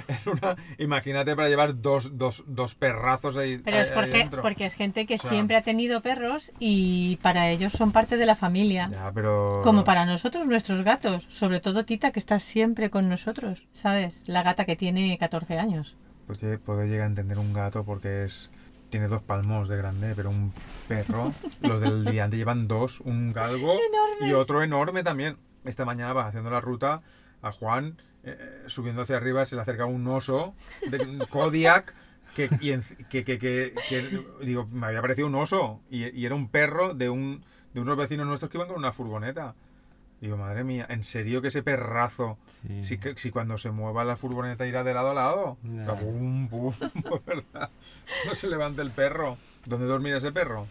en una- imagínate para llevar dos, dos, dos perrazos ahí.
Pero es
Eh, ahí
porque,
dentro.
porque es gente que
Claro.
siempre ha tenido perros y para ellos son parte de la familia.
Ya, pero.
Como para nosotros, nuestros gatos. Sobre todo Tita, que está siempre con nosotros, ¿sabes? La gata que tiene 14 años.
Porque puedo llegar a entender un gato porque es. Tiene dos palmos de grande, pero un perro. los del diante llevan dos, un galgo y otro enorme también. Esta mañana vas haciendo la ruta a Juan, eh, subiendo hacia arriba, se le acerca un oso de un Kodiak. Que, y en- que, que- que- que- digo, me había parecido un oso y, y era un perro de un de unos vecinos nuestros que iban con una furgoneta. Digo, madre mía, ¿en serio que ese perrazo?
Sí.
Si, que- si cuando se mueva la furgoneta irá de lado a lado.
Ya.
Está Bum, bum, ¿verdad? No se levanta el perro. ¿Dónde dormirá ese perro?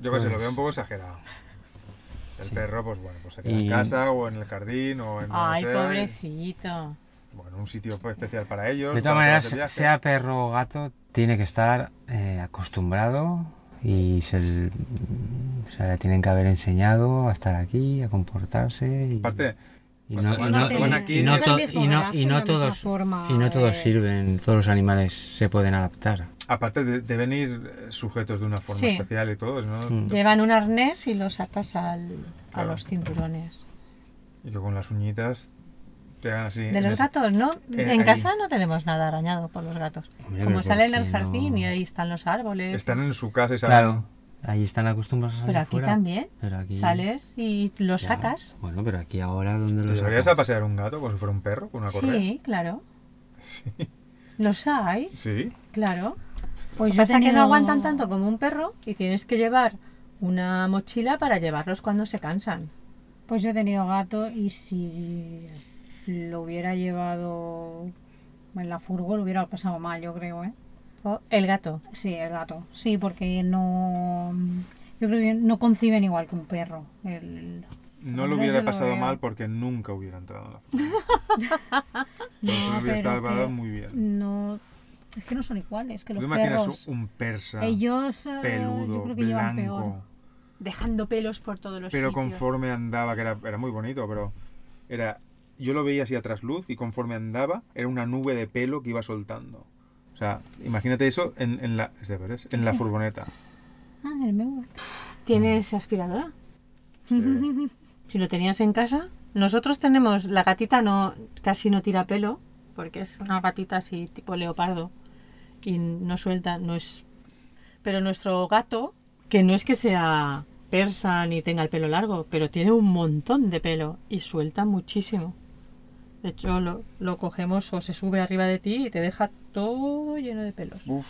Yo que sé, lo
Pues-
veo un poco exagerado. El perro, pues bueno, pues se queda en
Y-
casa o en el jardín o en donde
Ay,
sea,
pobrecito.
y- bueno, un sitio pues, especial para ellos.
De todas
para
maneras,
hacer viaje.
sea perro o gato, tiene que estar eh, acostumbrado y se, l- se le tienen que haber enseñado a estar aquí, a comportarse. Y,
Aparte,
y
pues,
no-
bueno,
y no-
bueno, aquí-
y no
es el
to-
mismo
y no-
brazo,
y no
la misma
todos
forma
y no
de-
todos sirven, todos los animales se pueden adaptar.
aparte de, deben ir eh, sujetos de una forma
Sí.
especial y todo, ¿no?
Mm.
Llevan un arnés y los atas al, a
Claro.
los cinturones.
Y que con las uñitas te hagan así.
De
en
los
ese-
gatos, ¿no?
eh,
en
ahí.
casa no tenemos nada arañado por los gatos.
Hombre,
Como
pero
salen
¿por
al
qué
jardín
no?
y ahí están los árboles.
Están en su casa y salen.
Claro, ahí están acostumbrados a salir
Pero aquí
fuera.
también.
Pero aquí-
Sales y los
Ya.
sacas.
Bueno, pero aquí ahora donde
¿Te
los
llevarías a pasear un gato como si fuera un perro con una correa?
Sí, claro. Los hay,
Sí.
claro.
Pues yo he
Pasa que no
tenido-
aguantan tanto como un perro y tienes que llevar una mochila para llevarlos cuando se cansan.
Pues yo he tenido gato y si lo hubiera llevado en la furgo lo hubiera pasado mal, yo creo, ¿eh?
O el gato.
Sí, el gato. Sí, porque no... Yo creo que no conciben igual que un perro. El...
No
Hombre,
lo
yo
hubiera
lo
pasado
veo.
mal porque nunca hubiera entrado en la furgo. Entonces
No,
hubiera
pero
estado
que
muy bien.
No... Es que no son iguales, que
¿Tú
los
te imaginas
perros...
un persa
Ellos... eh, yo
peludo,
creo que llevan peor.
blanco,
Dejando pelos por todos los
pero
sitios.
conforme andaba, que era, era muy bonito, pero era yo lo veía así a trasluz y conforme andaba era una nube de pelo que iba soltando. O sea, imagínate eso en, en la, es de veras, en la furgoneta.
Ah, el meu gato.
¿Tienes aspiradora?
Sí.
Si lo tenías en casa. Nosotros tenemos, la gatita no casi no tira pelo, porque es una gatita así tipo leopardo y no suelta, no es... Pero nuestro gato, que no es que sea persa ni tenga el pelo largo, pero tiene un montón de pelo y suelta muchísimo. De hecho, lo, lo cogemos o se sube arriba de ti y te deja todo lleno de pelos.
Uf.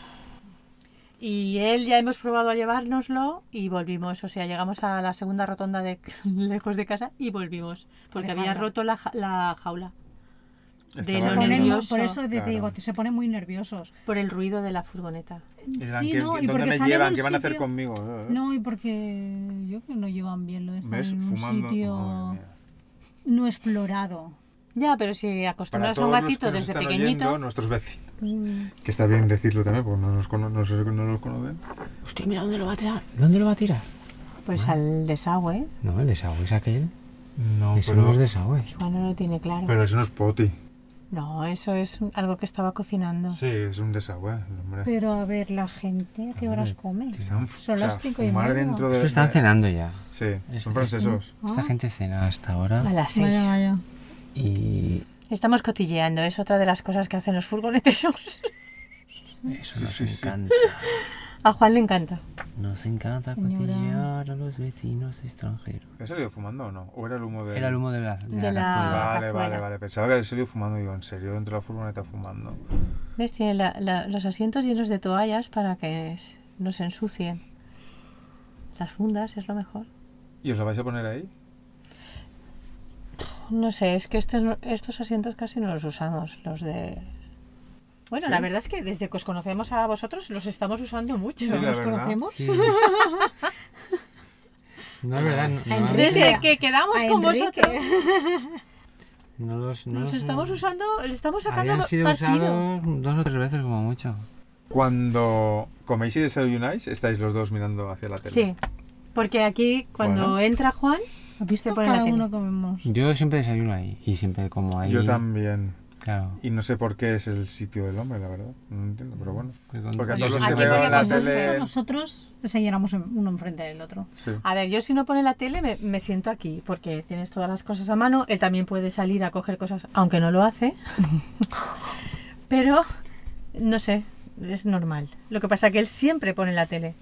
Y él ya hemos probado a llevárnoslo y volvimos. O sea, llegamos a la segunda rotonda de lejos de casa y volvimos. Porque había
Alejandro.
roto la, ja- la jaula De lo
Estaba en
Ponen-
una-
nervioso.
por eso te, te
Claro.
digo, se ponen muy nerviosos.
por el ruido de la furgoneta.
Eran,
sí,
¿qué-
no,
qué-
y
¿Dónde
porque
me
están en
llevan?
un
¿Qué van a hacer
sitio-
conmigo? Eh, eh.
No, y porque yo creo que no llevan bien lo de estar
¿Ves?
en un
Fumando. Madre
sitio
mía.
no explorado.
Ya, pero si
Para
acostumbras a
todos
un
los
gatito
que nos
desde
están
pequeñito.
oyendo, nuestros vecinos.
Mm.
Que está bien decirlo también, porque no, nos cono- no sé que no los conocen.
Hostia, mira dónde lo va a tirar.
¿Dónde lo va a tirar?
Pues al desagüe.
No, el desagüe es aquel.
No,
Eso
pero,
no es desagüe.
Igual no lo tiene claro.
pero eso no es poti.
No, eso es un- algo que estaba cocinando.
Sí, es un desagüe, hombre.
Pero a ver, la gente, ¿a qué horas come?
Que están f-
Son
o sea,
las cinco y
fumar
media.
dentro de...
Estos están
de-
cenando ya.
Sí,
Es-
son
es-
francesos.
Esta
Ah.
gente cena hasta ahora
A las seis.
Vaya, vaya.
y
Estamos cotilleando, es otra de las cosas que hacen los furgoneteros.
eso
Sí,
nos
sí, sí.
encanta.
a Juan le encanta.
Nos encanta
Señora.
cotillear a los vecinos extranjeros.
¿Has salido fumando o no? ¿O era el humo de...?
Era el humo de la, de
De
la
la-
Vale,
cazuela.
vale,
cazuela.
vale. Pensaba que había salido fumando. Digo, ¿en serio? Dentro de la furgoneta fumando.
¿Ves? Tiene la- la- los asientos llenos de toallas para que s- no se ensucien. Las fundas es lo mejor.
¿Y os la vais a poner ahí?
No sé, es que estos, no- estos asientos casi no los usamos, los de... Bueno,
¿Sí?
la verdad es que desde que os conocemos a vosotros los estamos usando mucho.
Sí, la
¿Nos
verdad.
conocemos?
Sí. No, es verdad, no, no-
Desde que
Enrique.
quedamos
A
con
Enrique.
vosotros,
no los, no
nos
los-
estamos usando, le estamos sacando
Habían sido
partido.
usados dos o tres veces como mucho.
Cuando coméis y desayunáis, estáis los dos mirando hacia la tele.
Sí, porque aquí cuando
Bueno.
entra Juan,
¿Has visto?
ponen la
Cada
tele.
uno comemos.
Mm.
Yo siempre desayuno ahí y siempre como ahí.
Yo también.
Claro.
Y no sé por qué es el sitio del hombre, la verdad. No entiendo, pero bueno.
Que con-
Porque a
yo
todos los
siempre
que veo
Aquí
como
porque
en la
cuando
tele-
nosotros- nosotros desayunamos en- uno enfrente del otro.
Sí.
A ver, yo si no pone la tele me, me siento aquí, porque tienes todas las cosas a mano, él también puede salir a coger cosas, aunque no lo hace, pero no sé, es normal. Lo que pasa que él siempre pone la tele.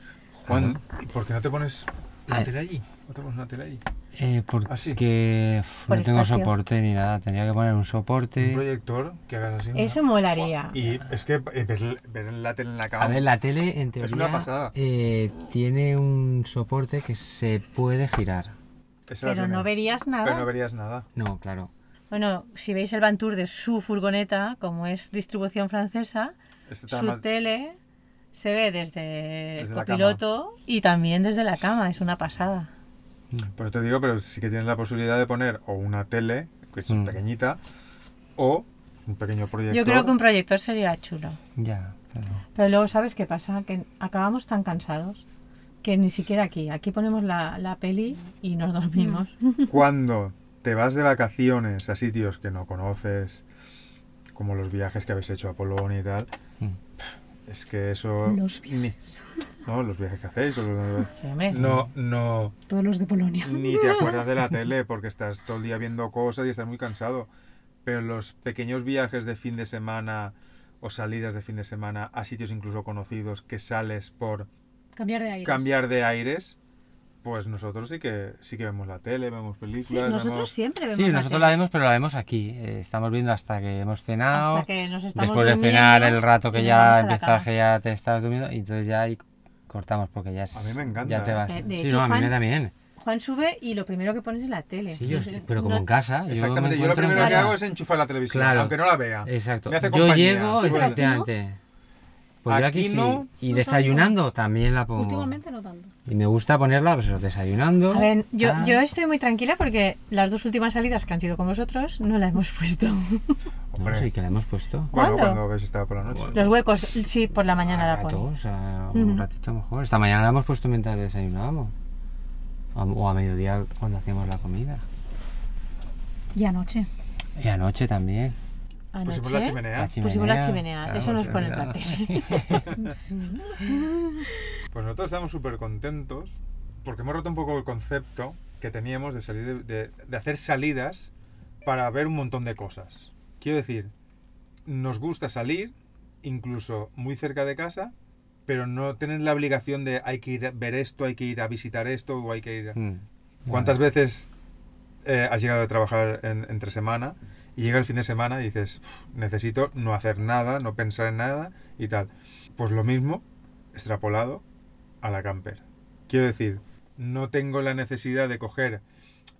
Juan, ¿y ¿por qué no te pones
Ah.
la tele allí? ¿No te pones la tele allí?
Eh, porque
Así.
pf,
Por
no tengo
espacio.
soporte ni nada. Tenía que poner un
Un
soporte.
proyector que hagas así. ¿no?
Eso molaría.
Y es que eh, ver, ver la tele en la cama.
A ver, la tele en
Es
teoría
una pasada.
eh, tiene un soporte que se puede girar.
Esa
Pero
era la
no
primera.
verías
Pero no
nada.
verías nada.
No, claro.
Bueno, si veis el Van Tour de su furgoneta, como es distribución francesa,
Este está
su
más-
tele se ve desde
Desde
el
la
copiloto y también desde la cama. Es una pasada.
Mm. Pero te digo, pero sí que tienes la posibilidad de poner o una tele, que es
Mm.
pequeñita, o un pequeño proyector.
Yo creo que un proyector sería chulo.
Ya, claro.
Pero luego, ¿sabes qué pasa? Que acabamos tan cansados que ni siquiera aquí. Aquí ponemos la, la peli y nos dormimos.
Cuando te vas de vacaciones a sitios que no conoces, como los viajes que habéis hecho a Polonia y tal,
Mm.
es que eso...
Los
ni- no, los viajes que hacéis. o los-
Sí, hombre.
No, no,
Todos los de Polonia.
ni te acuerdas de la tele porque estás todo el día viendo cosas y estás muy cansado. Pero los pequeños viajes de fin de semana o salidas de fin de semana a sitios incluso conocidos que sales por
Cambiar de aire.
cambiar de aires, pues nosotros sí que sí que vemos la tele, vemos películas,
Sí,
vemos-
nosotros siempre vemos.
Sí,
la
nosotros
tele.
la vemos, pero la vemos aquí. Eh, estamos viendo hasta que hemos cenado.
Hasta que nos estamos
después de cenar,
durmiendo
el rato
y
que
nos vamos
ya
a la
empiezas,
cama.
que ya te estás durmiendo, y entonces ya ahí cortamos porque ya es-
A mí me encanta,
Ya te
¿eh?
vas.
De- de
sí,
hecho,
no, a mí
Juan-
me también.
Juan sube y lo primero que pones es la tele.
Sí, yo-
No sé,
pero como
no-
en casa. Ah, me
Exactamente, yo, lo
encuentro en
primero que
casa.
hago es enchufar la televisión,
Claro.
aunque no la vea.
Exacto.
Me hace
yo
compañía,
llego,
sí, bueno.
efectivamente. Pues yo
Aquí
aquí sí.
no,
Y desayunando también la pongo.
Últimamente no tanto.
Y me gusta ponerla, pues eso, desayunando.
A ver, yo,
tal.
yo estoy muy tranquila porque las dos últimas salidas que han sido con vosotros no la hemos puesto.
No,
Hombre,
sí que la hemos puesto.
¿cuándo,
¿Cuándo?
cuando habéis estado por la noche?
Los huecos, sí, por la mañana
A
la
ratos,
pongo.
a- un
Ujú.
ratito mejor. Esta mañana la hemos puesto mientras desayunábamos. A- O a mediodía cuando hacíamos la comida.
Y anoche.
Y anoche también. Pues
Pusimos Pues la
Ah,
chimenea.
Pusimos Pues la chimenea,
Claro,
eso nos
sí,
pone el
claro.
plantel.
Pues nosotros estamos súper contentos porque hemos roto un poco el concepto que teníamos de, salir de, de- de hacer salidas para ver un montón de cosas. Quiero decir, nos gusta salir, incluso muy cerca de casa, pero no tener la obligación de hay que ir a ver esto, hay que ir a visitar esto o hay que ir a...
Mm.
¿Cuántas veces eh, has llegado a trabajar en- entre semana y llega el fin de semana y dices, "Uf, necesito no hacer nada, no pensar en nada y tal? Pues lo mismo, extrapolado a la camper. Quiero decir, no tengo la necesidad de coger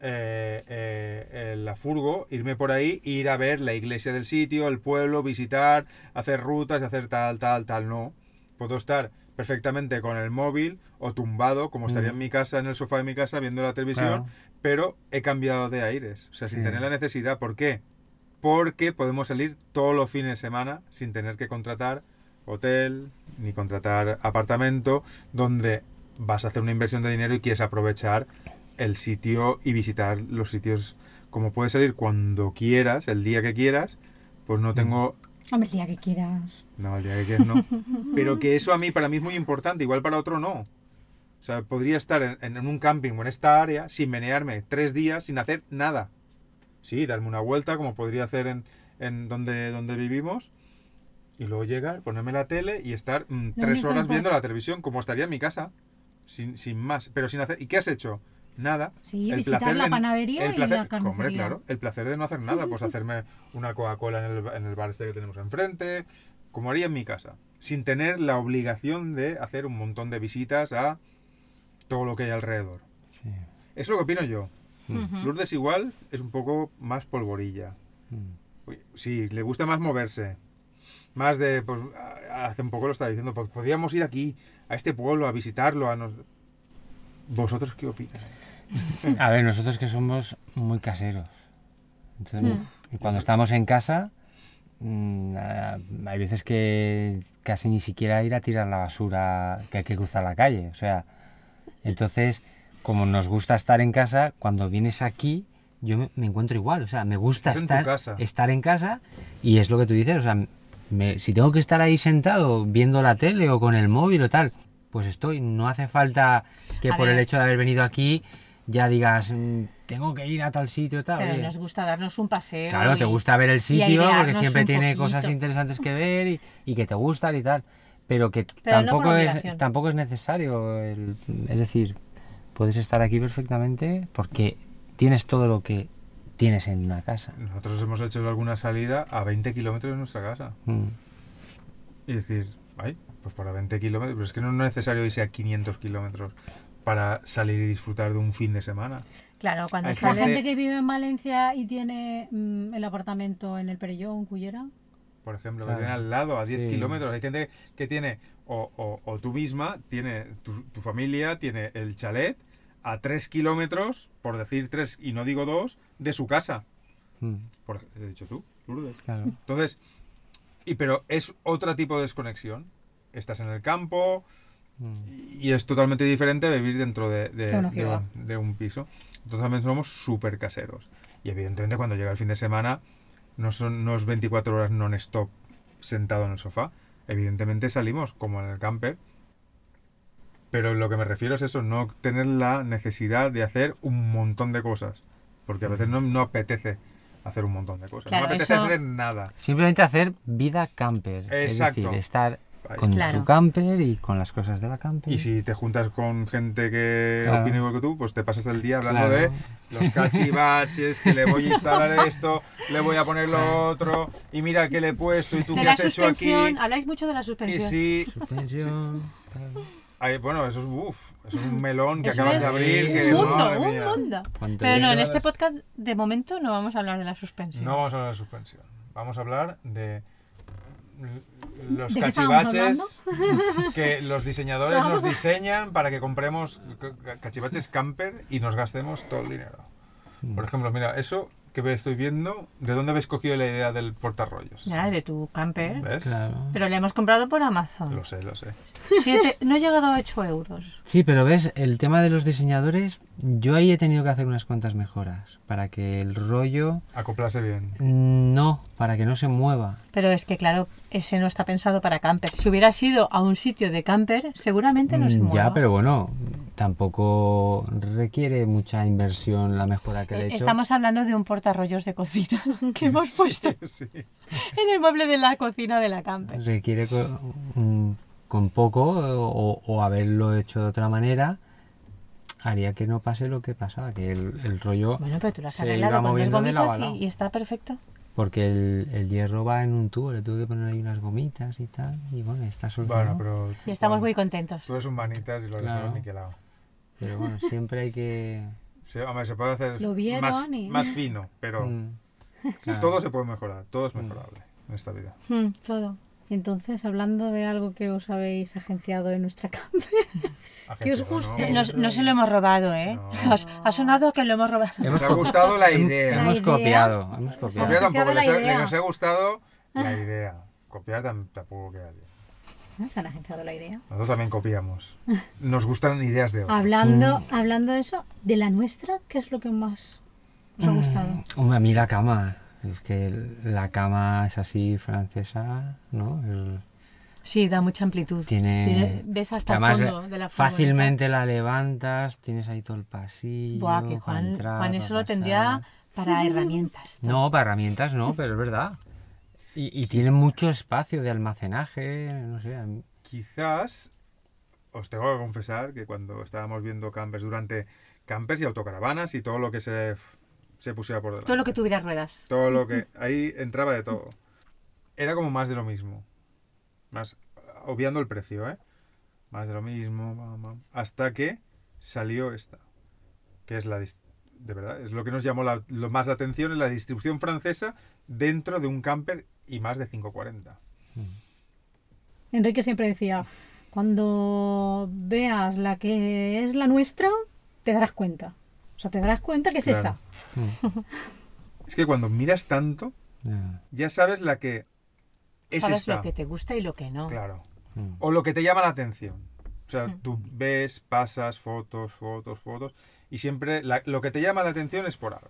eh, eh, eh, la furgo, irme por ahí, ir a ver la iglesia del sitio, el pueblo, visitar, hacer rutas, hacer tal, tal, tal, no. Puedo estar perfectamente con el móvil o tumbado, como estaría en mi casa, en el sofá de mi casa, viendo la televisión,
Claro.
pero he cambiado de aires, o sea, sin
Sí.
tener la necesidad. ¿Por qué? Porque podemos salir todos los fines de semana sin tener que contratar hotel ni contratar apartamento, donde vas a hacer una inversión de dinero y quieres aprovechar el sitio y visitar los sitios como puedes salir cuando quieras, el día que quieras, pues
Mm.
no tengo
Hombre, el día que quieras.
no, el día que quieras no. Pero que eso a mí, para mí es muy importante, igual para otro no. O sea, podría estar en, en- en un camping o en esta área sin menearme tres días sin hacer nada. Sí, darme una vuelta como podría hacer en, en donde, donde vivimos. Y luego llegar, ponerme la tele y estar mm, tres
único
horas
que-
viendo la televisión como estaría en mi casa. Sin, sin más. Pero sin hacer... ¿Y qué has hecho? Nada.
Sí, visitar la
de-
panadería
el
y la
placer-
carnicería.
Hombre, claro. El placer de no hacer nada. Pues hacerme una Coca-Cola en el, en el bar este que tenemos enfrente. Como haría en mi casa. Sin tener la obligación de hacer un montón de visitas a todo lo que hay alrededor.
Sí.
Es lo que opino yo. Lourdes igual es un poco más polvorilla.
Mm.
Uy, Sí, le gusta más moverse. Más de, pues, a- hace un poco lo estaba diciendo, pues podríamos ir aquí, a este pueblo, a visitarlo, a nos... ¿Vosotros qué opináis?
A ver, nosotros que somos muy caseros. Entonces, y cuando estamos en casa, mm, ah, hay veces que casi ni siquiera ir a tirar la basura, que hay que cruzar la calle. O sea, entonces, como nos gusta estar en casa, cuando vienes aquí, yo me, me encuentro igual. O sea, me gusta
Estás en tu
estar,
casa.
estar en casa y es lo que tú dices. O sea, me- si tengo que estar ahí sentado viendo la tele o con el móvil o tal, pues estoy. No hace falta que
A
por el
ver.
hecho de haber venido aquí ya digas, "Mm, tengo que ir a tal sitio tal.
Pero
oye".
nos gusta darnos un paseo.
Claro, te
y-
gusta ver el sitio porque
airearnos
siempre
un
tiene cosas
poquito.
interesantes que ver y, y que te gustan y tal. Pero que
Pero no por
tampoco, es,
obligación.
tampoco es necesario. el- es decir, puedes estar aquí perfectamente porque tienes todo lo que tienes en una casa.
Nosotros hemos hecho alguna salida a 20 kilómetros de nuestra casa.
Mm.
Y decir, ay, pues para 20 kilómetros, pero es que no es necesario irse a 500 kilómetros para salir y disfrutar de un fin de semana.
Claro, cuando
Hay
La
sales.
Entonces-
gente que vive en Valencia y tiene mm, el apartamento en el Perellón, Cullera,
por ejemplo,
Claro.
que tiene al lado, a 10
Sí.
kilómetros. Hay gente que tiene, o, o- o tú misma, tiene tu, tu familia, tiene el chalet a 3 kilómetros, por decir 3 y no digo 2, de su casa.
Mm,
Por, ej- he dicho tú, Lourdes.
claro.
Entonces, y, pero es otro tipo de desconexión. Estás en el campo
Mm.
y es totalmente diferente vivir dentro de, de-
De una
de-
ciudad.
de un piso. Entonces también somos súper caseros. Y evidentemente cuando llega el fin de semana no, son, no es 24 horas non-stop sentado en el sofá. Evidentemente salimos, como en el camper. Pero lo que me refiero es eso, no tener la necesidad de hacer un montón de cosas. Porque a veces no, no apetece hacer un montón de cosas.
Claro,
no apetece
eso-
hacer nada.
Simplemente hacer vida camper.
Exacto.
Es decir, estar
Ahí.
con
Claro.
tu camper y con las cosas de la camper.
Y si te juntas con gente que
Mm. Claro.
opina igual que tú, pues te pasas el día hablando
Claro.
de los cachivaches, que le voy a instalar esto, le voy a poner lo otro, y mira que le he puesto, y tú
De
qué
la
has hecho aquí.
suspensión, habláis mucho de la
Y
suspensión.
sí,
Suspensión, tal.
ay, bueno, eso es, uf, eso es un melón que
Eso
acabas
es
de abrir.
un
que,
eh,
un mundo,
madre
un
mía.
mundo.
Cuanto
Pero no, en
llegas-
este podcast de momento no vamos a hablar de la suspensión.
No vamos a hablar de suspensión, vamos a hablar de l- los
¿De qué estábamos
cachivaches que los diseñadores nos diseñan para que compremos c- c- cachivaches camper y nos gastemos todo el dinero.
Mm.
Por ejemplo, mira, eso que ve- estoy viendo, ¿de dónde habéis cogido la idea del portarrollos?
Nada, de tu camper.
¿Ves?
Claro.
Pero le hemos comprado por Amazon.
Lo sé, lo sé.
Siete- no he llegado a 8 euros.
Sí, pero ves, el tema de los diseñadores, yo ahí he tenido que hacer unas cuantas mejoras para que el rollo
Acoplarse bien.
no, para que no se mueva.
Pero es que, claro, ese no está pensado para camper. Si hubiera sido a un sitio de camper, seguramente no se
Mm,
mueva.
Ya, pero bueno, tampoco requiere mucha inversión la mejora que le he
Eh,
hecho.
Estamos hablando de un portarrollos de cocina que hemos puesto
Sí.
en el mueble de la cocina de la camper.
Requiere co- mm, con poco o, o haberlo hecho de otra manera, haría que no pase lo que pasaba, que el, el rollo...
Bueno, pero tú lo has
Se
arreglado
iba
con dos
moviendo de lado a
gomitas
lado.
y, y está perfecto.
Porque el, el hierro va en un tubo, le tuve que poner ahí unas gomitas y tal, y bueno, está
Bueno,
solucionado.
pero...
Y estamos muy
bueno, Pues
contentos.
Tú eres un manitas y lo
Claro.
dejamos niquelado.
Pero bueno, siempre hay que...
Sí, hombre, se puede hacer
Lo vieron
más,
y-
más fino, pero
mm,
sí,
claro. Mm.
todo se puede mejorar, todo es mejorable en esta vida.
Mm, todo.
Entonces, hablando de algo que os habéis agenciado en nuestra camper, Que os
Agenciado, ¿no?
guste.
No, no se lo hemos robado, ¿eh?
eh, No.
Has- Ha sonado que lo hemos robado.
Nos ha gustado la
hem-
idea.
Hemos
La idea.
copiado, hemos
Nos Copiar
copiado.
Copiado
tampoco
la
les ha,
idea. Ah.
les ha gustado la idea. Copiar tam- tampoco queda bien.
¿no se han agenciado la idea?
Nosotros también copiamos. Nos gustan ideas
Ah.
de otros.
Hablando, hablando de eso, de la nuestra, ¿qué es lo que más os ha gustado?
Hombre, a mí la cama. Es que el- la cama es así francesa, ¿no? El-
Sí, da mucha amplitud.
tiene.
Tiene- ves hasta el
además,
fondo de la
Fácilmente la levantas, tienes ahí todo el pasillo.
Buah, que
pa'
Juan,
entrar,
Juan
pa'
eso lo
pasar.
tendría para herramientas.
No, para herramientas no, pero es verdad. Y, y tiene mucho espacio de almacenaje, no sé. a mí-
Quizás os tengo que confesar que cuando estábamos viendo campers durante campers y autocaravanas y todo lo que se, se pusiera por delante.
Todo lo que tuviera ruedas.
Todo lo que. Ahí entraba de todo. Era como más de lo mismo. Más. Obviando el precio, ¿eh? Más de lo mismo. ma, ma. Hasta que salió esta. Que es la. dis- De verdad, es lo que nos llamó la- lo más la atención: es la distribución francesa dentro de un camper y más de 540.
Enrique siempre decía, cuando veas la que es la nuestra, te darás cuenta. O sea, te darás cuenta que es
Claro.
esa.
Es que cuando miras tanto,
Mm, ya,
ya sabes la que. Es
Sabes
esta.
lo que te gusta y lo que no.
Claro.
mm.
O lo que te llama la atención. O sea, tú ves, pasas fotos, fotos, fotos, y siempre la- lo que te llama la atención es por algo.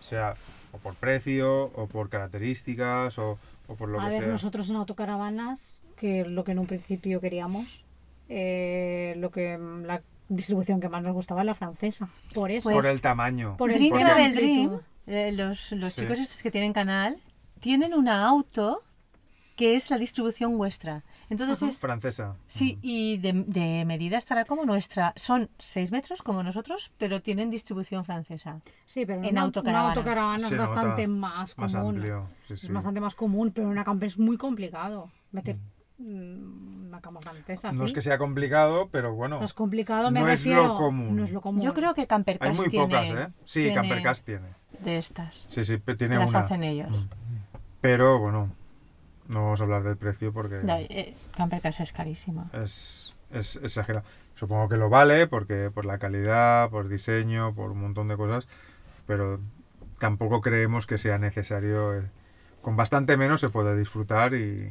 O sea, o por precio, o por características, o, o por lo
A
que
ver,
sea.
nosotros en autocaravanas, que es lo que en un principio queríamos, eh, lo que la distribución que más nos gustaba es la francesa. Por eso.
Pues,
por el tamaño.
pues, por el
Dream
porque-
Travel Dream, eh, los, los
Sí.
chicos estos que tienen canal, tienen una auto que es la distribución vuestra. Entonces es-
Francesa.
Sí, y de, de medida estará como nuestra. Son 6 metros como nosotros, pero tienen distribución francesa.
Sí, pero
en
una,
autocaravana.
una autocaravana
Se
es bastante
nota
más
Más
común.
amplio. Sí, sí.
Es bastante más común, pero en una camper es muy complicado. meter, mm, una cama francesa.
No es
¿sí?
que sea complicado, pero bueno.
No es complicado, me
No es lo
refiero.
común.
No es lo común.
Yo creo que Campercast
Hay muy
tiene,
pocas, ¿eh? Sí,
tiene
Campercast tiene.
de estas.
Sí, sí, pe- tiene
Las
una. Mm.
hacen ellos.
Pero bueno, no vamos a hablar del precio porque
No, eh, Campercast es carísima.
es, es exagerado. Supongo que lo vale porque por la calidad, por diseño, por un montón de cosas, pero tampoco creemos que sea necesario. eh, Con bastante menos se puede disfrutar y,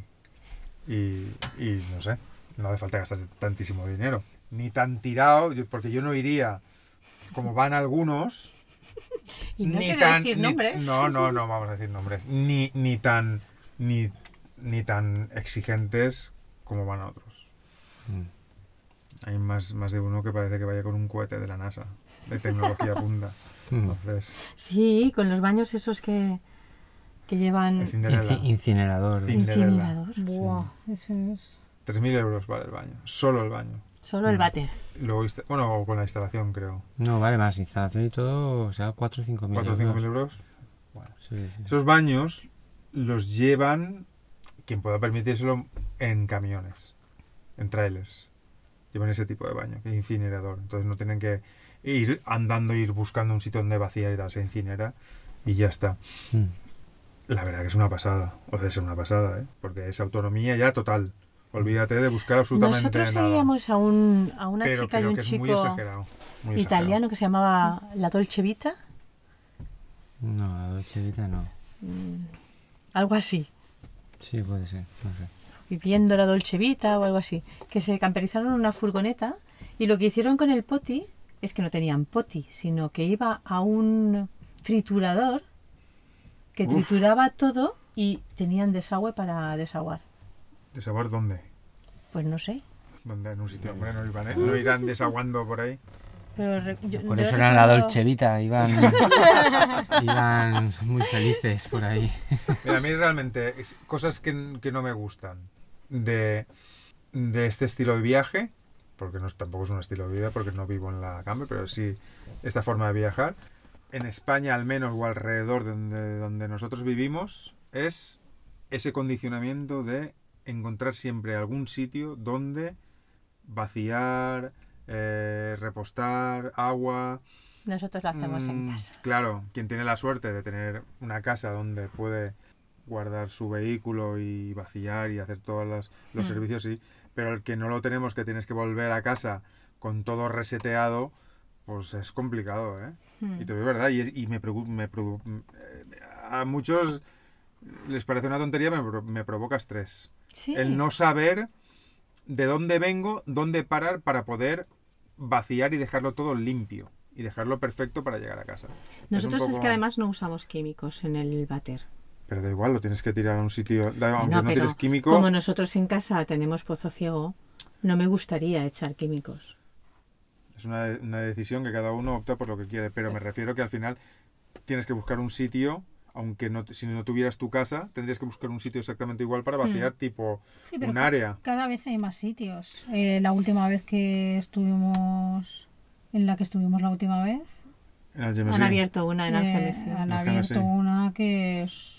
y, y no sé, no hace falta gastar tantísimo dinero. Ni tan tirado, yo- porque yo no iría como van algunos.
Y no
ni
quiero
tan-
decir
ni-
nombres.
No, no, no vamos a decir nombres. Ni, ni tan ni, ni tan exigentes como van a otros.
Mm.
Hay más, más de uno que parece que vaya con un cohete de la NASA, de tecnología punta.
Mm.
Entonces,
Sí, con los baños esos que, que llevan
Cinderella.
Inci- incinerador.
Sí. Cinderella.
incinerador.
Buah, eso es.
3.000 euros vale el baño, solo el baño.
Solo el váter.
Luego, insta- bueno, o con la instalación creo.
No, vale más. Instalación y todo, o sea, 4 o 5 mil
4 o
euros.
5.000 euros. Bueno,
Sí, sí.
esos baños los llevan, quien pueda permitírselo, en camiones, en trailers. Llevan ese tipo de baño, que es incinerador. Entonces no tienen que ir andando, ir buscando un sitio donde vaciar y tal, se incinera y ya está.
Mm.
La verdad que es una pasada, o debe ser una pasada, ¿eh? porque es autonomía ya total. Olvídate de buscar absolutamente
Nosotros
nada.
seguíamos a, un, a una
Pero
chica y
creo
un
que es
chico
muy exagerado. muy exagerado.
italiano que se llamaba la Dolce Vita,
No, la Dolce Vita no.
algo así,
Sí, puede ser. No sé.
viviendo la Dolce Vita o algo así, que se camperizaron en una furgoneta y lo que hicieron con el poti es que no tenían poti, sino que iba a un triturador que
Uf.
trituraba todo y tenían desagüe para desaguar.
¿De sabor dónde?
Pues no sé.
¿Dónde? En un sitio, hombre, no, iban, ¿eh? no irán desaguando por ahí.
Pero re-
Pues
yo-
Por
yo
eso eran la
recuerdo-
Dolce Vita, iban, iban muy felices por ahí.
Mira, a mí realmente es- cosas que, n- que no me gustan de, de este estilo de viaje, porque no es- tampoco es un estilo de vida, porque no vivo en la camper, pero sí esta forma de viajar, en España al menos o alrededor de donde, donde nosotros vivimos, es ese condicionamiento de encontrar siempre algún sitio donde vaciar, eh, repostar, agua,
Nosotros lo hacemos en
Mm,
casa.
Claro, quien tiene la suerte de tener una casa donde puede guardar su vehículo y vaciar y hacer todos los,
Mm.
servicios, sí. Pero el que no lo tenemos, que tienes que volver a casa con todo reseteado, pues es complicado, ¿eh?
Mm.
Y te digo verdad, y, es- y me preocu- me produ- m- eh, a muchos les parece una tontería, me, pro- me provoca estrés.
Sí.
El no saber de dónde vengo, dónde parar para poder vaciar y dejarlo todo limpio y dejarlo perfecto para llegar a casa. un
Nosotros es,
poco-
que además no usamos químicos en el váter.
Pero da igual, lo tienes que tirar a un sitio, da- aunque
Bueno,
no
pero
tienes químico.
Como nosotros en casa tenemos pozo ciego, no me gustaría echar químicos.
Es una, de- una decisión que cada uno opta por lo que quiere, pero me refiero que al final tienes que buscar un sitio, aunque no, si no tuvieras tu casa, tendrías que buscar un sitio exactamente igual
Hmm.
para vaciar, tipo
Sí, pero
un
ca-
área.
Cada vez hay más sitios. Eh, la última vez que estuvimos. En la que estuvimos la última vez.
En el GMC.
Han abierto una Ah, en
eh,
Ángeles. sí.
han
En
abierto
Algemesí.
una que es.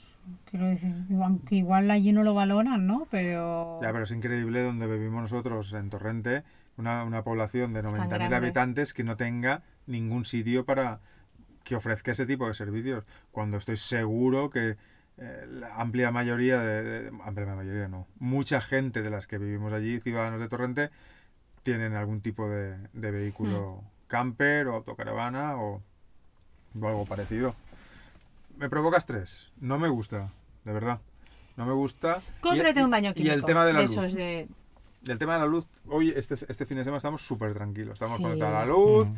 Quiero decir, aunque igual allí no lo valoran, ¿no? Pero.
Ya, pero es increíble donde vivimos nosotros, en Torrente, una, una población de 90.000
grande.
habitantes que no tenga ningún sitio para que ofrezca ese tipo de servicios, cuando estoy seguro que eh, la amplia mayoría, de, de- amplia mayoría no, mucha gente de las que vivimos allí, ciudadanos de Torrente, tienen algún tipo de, de vehículo
Hmm.
camper o autocaravana o, o algo parecido. Me provoca estrés, no me gusta, de verdad. No me gusta. Y-
Cómprate
y-
un baño
Y
químico.
el tema de la luz.
esos de-
El tema de la luz, hoy, este, este fin de semana, estamos súper tranquilos. Estamos
Sí. Mm.
conectados a la luz,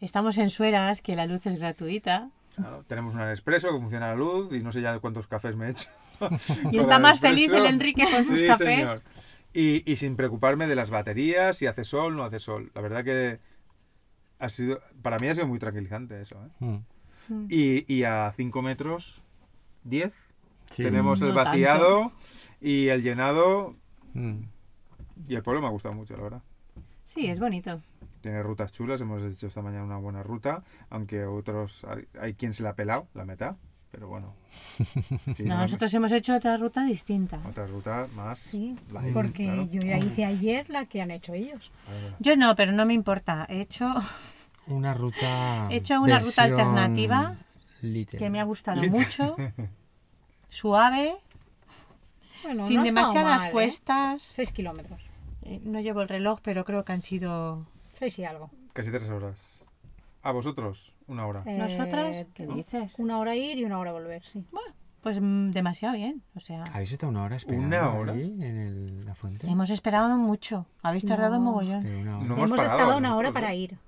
Estamos en Sueras, que la luz es gratuita.
ah, tenemos una Nespresso que funciona la luz y no sé ya cuántos cafés me he hecho.
Y
con
está
la
más feliz
Nespresso.
el Enrique con sus
Sí,
cafés.
señor. Y, y sin preocuparme de las baterías, si hace sol, no hace sol. La verdad que ha sido, para mí ha sido muy tranquilizante eso. ¿eh?
Mm.
Y, y a 5 metros, 10,
Sí.
tenemos el
No
vaciado y el llenado.
Mm.
Y el pueblo me ha gustado mucho, la verdad.
Sí, es bonito.
Tiene rutas chulas, hemos hecho esta mañana una buena ruta, aunque otros, hay, hay quien se la ha pelado, la meta, Pero bueno. Sí,
No,
no,
nosotros hemos hecho otra ruta distinta.
Otra ruta más.
Sí,
light,
porque
claro.
yo ya hice ayer la que han hecho ellos.
Ahora,
Yo no, pero no me importa. He hecho,
Una ruta.
He hecho una ruta
versión
alternativa
little.
que me ha gustado
Lit-
mucho. Suave,
Bueno,
sin
no ha estado
demasiadas
mal, ¿eh?
cuestas.
Seis kilómetros.
Eh, No llevo el reloj, pero creo que han sido...
Seis y algo.
Casi tres horas. A vosotros, una hora.
Eh,
¿Nosotras? ¿Qué
no.
dices?
Una hora ir y una hora volver, sí.
Pues mm, demasiado bien. O sea,
¿Habéis estado una hora esperando?
¿Una hora?
ahí en el- la fuente.
hemos esperado mucho. Habéis tardado mogollón.
Pero una hora.
No.
Hemos,
Hemos parado
estado una hora
nosotros,
para
¿eh?
ir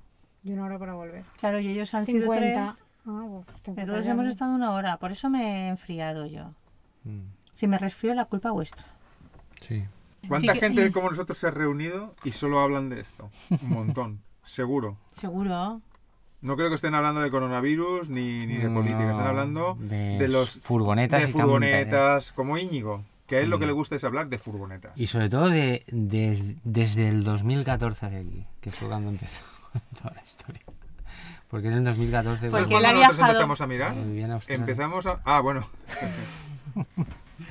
y una hora para volver.
Claro, y ellos han sido
50.
tres.
Ah, pues, te
Entonces
faltaría
hemos
algo.
estado una hora. Por eso me he enfriado yo.
Mm,
Si me resfrío, la culpa vuestra.
Sí.
¿Cuánta
que- eh.
gente como nosotros se ha reunido y solo hablan de esto? Un montón, seguro.
Seguro.
No creo que estén hablando de coronavirus ni, ni de política. Están
No,
hablando
de,
de los
furgonetas
de
y camionetas.
furgonetas, como Íñigo. Que a él lo que le gusta es hablar de furgonetas.
Y sobre todo de, de- desde el 2014 hacia aquí, que fue cuando empezó toda la historia. Porque en el 2014
Porque
cuando
él ha
nosotros
viajado-
empezamos a mirar?
vivía en Australia,
Empezamos a... Ah, bueno. Pues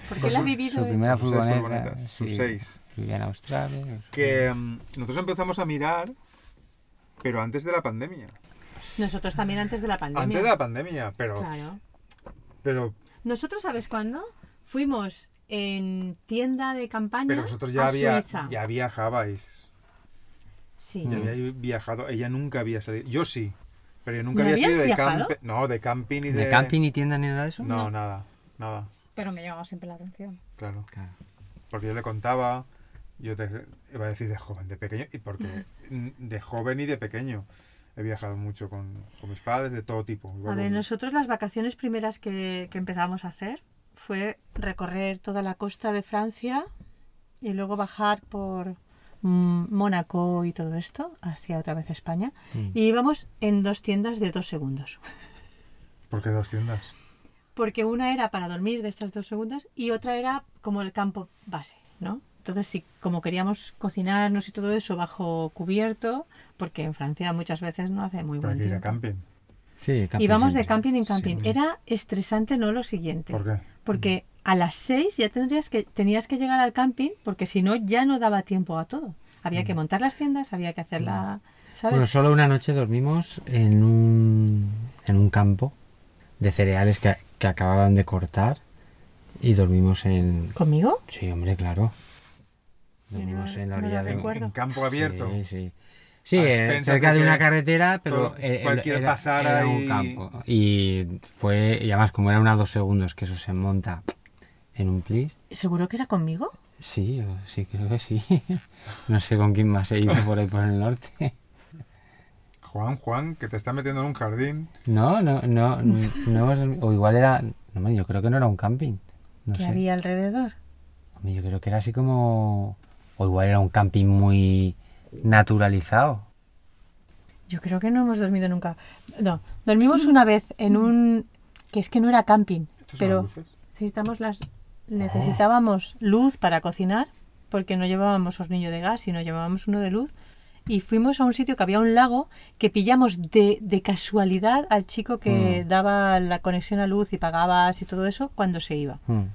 Porque él ha vivido...
su
en-
primera
Sus seis
furgoneta,
furgonetas, sus
sí,
seis.
Vivía en Australia.
Que mm, nosotros empezamos a mirar, pero antes de la pandemia.
Nosotros también antes de la pandemia.
Antes de la pandemia, pero...
Claro.
Pero,
Nosotros, ¿sabes cuándo? Fuimos en tienda de campaña
pero vosotros ya,
a
había,
Suiza.
ya viajabais.
Sí.
Ya había viajado. Ella nunca había salido. Yo sí. Pero yo nunca
¿No
había
habías
salido de
viajado?
campi- No, de camping y de...
¿De camping y tienda ni nada de eso?
No, nada. Nada.
Pero me llamaba siempre la atención.
Claro.
Claro.
Porque yo le contaba... Yo te iba a decir de joven, de pequeño. Y porque mm, de joven y de pequeño he viajado mucho con, con mis padres, de todo tipo.
A
Igual
ver,
con-
nosotros las vacaciones primeras que, que empezamos a hacer fue recorrer toda la costa de Francia y luego bajar por mm, Mónaco y todo esto hacia otra vez España. Y íbamos en dos tiendas de dos segundos.
Porque dos tiendas.
Porque una era para dormir de estas dos segundas y otra era como el campo base, ¿no? Entonces, sí, como queríamos cocinarnos y todo eso bajo cubierto, porque en Francia muchas veces no hace muy
Pero
buen
Pues aquí de
tiempo.
camping.
Sí, camping
Íbamos de
siempre.
camping en camping.
Siempre.
Era estresante, no lo siguiente.
¿Por qué?
Porque a las 6 ya tendrías que, tenías que llegar al camping, porque si no, ya no daba tiempo a todo. Había que montar las tiendas, había que hacer la. ¿Sabes?
Mm. Bueno, solo una noche dormimos en un, en un campo de cereales que, que acababan de cortar y dormimos en...
¿Conmigo?
Sí, hombre, claro. Dormimos
no-
en la
no lo
orilla de...
recuerdo.
En campo abierto.
Sí, sí. Sí,
A
eh,
expensas
cerca
de
de una
que
carretera, pero
todo-
el- el-
cualquiera
era,
pasara
era un
y-
campo. Y fue, y además, como era una dos segundos que eso se monta en un plis,
¿Seguro que era conmigo?
sí, yo sí, creo que sí. No sé con quién más se hizo por ahí por el norte.
Juan, Juan, que te está metiendo en un jardín.
No, no, no, n- no, hemos- o igual era, no, hombre, yo creo que no era un camping, no
que
sé,
había alrededor.
Hombre, yo creo que era así como, o igual era un camping muy naturalizado,
Yo creo que no hemos dormido nunca. No, dormimos una vez en un. que es que no era camping,
¿Estos son
pero
luces?
necesitamos las. necesitábamos luz para cocinar, porque no llevábamos hornillo de gas, sino llevábamos uno de luz. Y fuimos a un sitio que había un lago que pillamos de, de casualidad al chico que
Mm.
daba la conexión a luz y pagabas y todo eso cuando se iba.
Mm,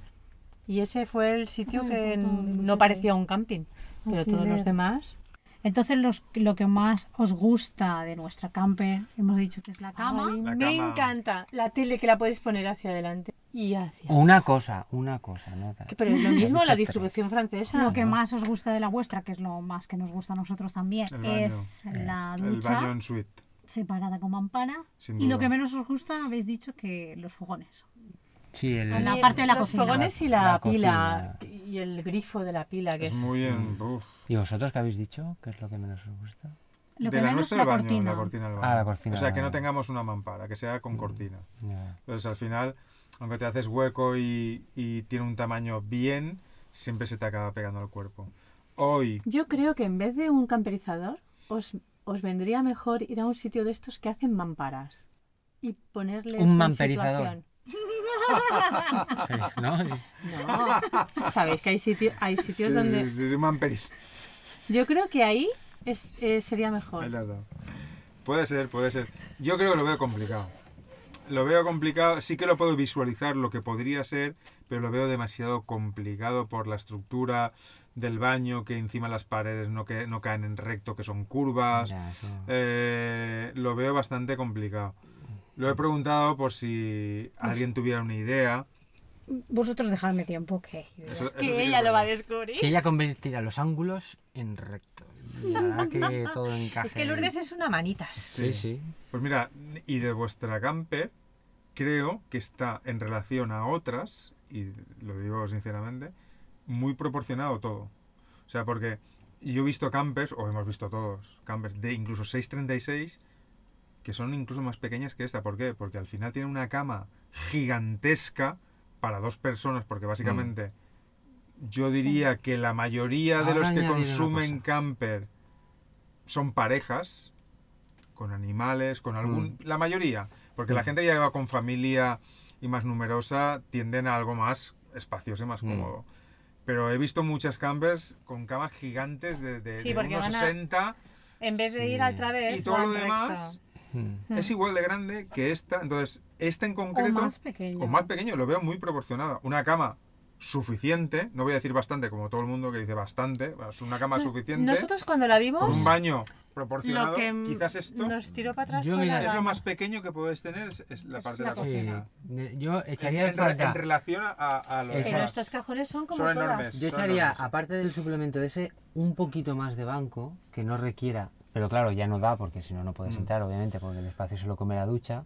Y ese fue el sitio
Ay,
que
por favor,
no
Lucía.
parecía un camping, pero todos los
Alquiler.
demás.
Entonces, los, lo que más os gusta de nuestra camper, hemos dicho que es la cama.
Ay,
La
me
cama.
encanta la tele que la puedes poner hacia adelante y
Oh,
hacia.
una cosa, una cosa, no tal.
Que- Pero es lo mismo
dicho
la
tres.
distribución francesa.
Lo que más os gusta de la vuestra, que es lo más que nos gusta a nosotros también,
El baño. Eh,
es la
El
ducha
baño en suite.
separada con mampara.
Sin
Y
duda.
lo que menos os gusta, habéis dicho que los fogones.
Sí, el-
la
Y
parte de la
los
cocina.
fogones y la,
La
pila
cocina.
y el grifo de la pila que
Es
es.
muy
Mm.
en. uf.
¿Y vosotros qué habéis dicho? ¿Qué es lo que menos os gusta?
de
Lo que
la
menos
nuestra
la
el baño,
cortina.
la cortina del
Ah,
baño.
la cortina Mm.
O sea,
del
que no
baño.
tengamos una mampara, que sea con cortina.
Ya.
Entonces, al final, aunque te haces hueco y, y tiene un tamaño bien, siempre se te acaba pegando al cuerpo. Hoy,
Yo creo que en vez de un camperizador, os, os vendría mejor ir a un sitio de estos que hacen mamparas y ponerle
Un mamperizador. Sí, ¿no?
No, sabéis que hay, sitio, hay
sí,
sitios
sí,
donde.
sí, sí, mamperi-
Yo creo que ahí es- eh, sería mejor.
Ahí le has dado. Puede ser, puede ser. Yo creo que lo veo complicado. lo veo complicado. Sí que lo puedo visualizar lo que podría ser, pero lo veo demasiado complicado por la estructura del baño, que encima las paredes no, que, no caen en recto, que son curvas.
Ya, eso-
Eh, lo veo bastante complicado. Lo he preguntado por si alguien tuviera una idea.
Vosotros dejadme tiempo, que yo ya
Eso-
estoy-
eso sí que
Que
es
ella lo va a
verdad.
descubrir.
Que ella convertirá los ángulos en recto. Y hará que todo encaje.
Es que Lourdes es una manitas.
Sí, sí.
Pues mira, y de vuestra camper, creo que está en relación a otras, y lo digo sinceramente, muy proporcionado todo. O sea, porque yo he visto campers, o hemos visto todos, campers de incluso 636, que son incluso más pequeñas que esta. ¿Por qué? Porque al final tiene una cama gigantesca para dos personas, porque básicamente
Mm.
yo diría que la mayoría de
Ahora
los que
añadiré una
consumen
cosa.
camper son parejas, con animales, con algún... La mayoría, porque la
Mm.
gente ya va con familia y más numerosa, tienden a algo más espacioso y más
Mm.
cómodo. Pero he visto muchas campers con camas gigantes de, de,
Sí,
de
porque
unos
van a-
60.
En vez de ir
Sí.
al través,
Y todo
van
lo
recto.
demás
Mm.
Es igual de grande que esta. Entonces, esta en
O
concreto...
más pequeño.
o más pequeño, lo veo muy proporcionada. Una cama suficiente, no voy a decir bastante, como todo el mundo que dice bastante, es una cama suficiente.
Nosotros cuando la
con un
vimos,
baño
lo
proporcionado,
que
quizás esto...
nos tiró para atrás
Yo
fue la
mira-
Es lo
gana.
más pequeño que puedes tener, es, es la
Es
parte
una
de la
cocina.
Sí.
cocina.
Ne- Yo
En,
echaría en
en re- en
falta.
relación a, a, a los
Pero
Exacto.
demás.
estos cajones son como
Son
todas.
enormes.
Yo
Son
echaría,
enormes.
aparte del suplemento ese, un poquito más de banco que no requiera, pero claro, ya no da porque si no, no
Mm.
puedes entrar, obviamente, porque el espacio solo come la ducha.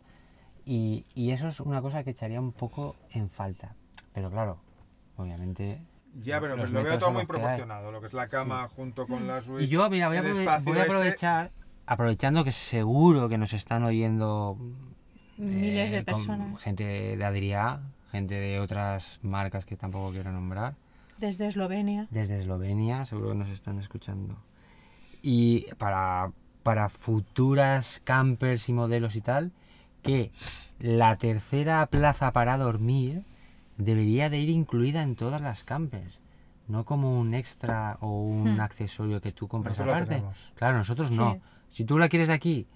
Y, y eso es una cosa que echaría un poco en falta. Pero claro, obviamente.
Ya, pero pues
los
lo veo
metros
todo
son
muy
los que hay.
proporcionado, lo que es la cama junto con la suite.
Y yo, mira, voy a,
el
aprove-
espacio
voy a
este.
aprovechar, aprovechando que seguro que nos están oyendo
Miles de
eh, con
personas.
Gente de Adrià, gente de otras marcas que tampoco quiero nombrar.
Desde Eslovenia.
desde Eslovenia, seguro que nos están escuchando. Y para, para futuras campers y modelos y tal, que la tercera plaza para dormir debería de ir incluida en todas las campers. No como un extra o un accesorio que tú compras
Nosotros la
aparte.
tenemos.
Claro, nosotros no.
Hmm. Sí.
Si tú la quieres de aquí,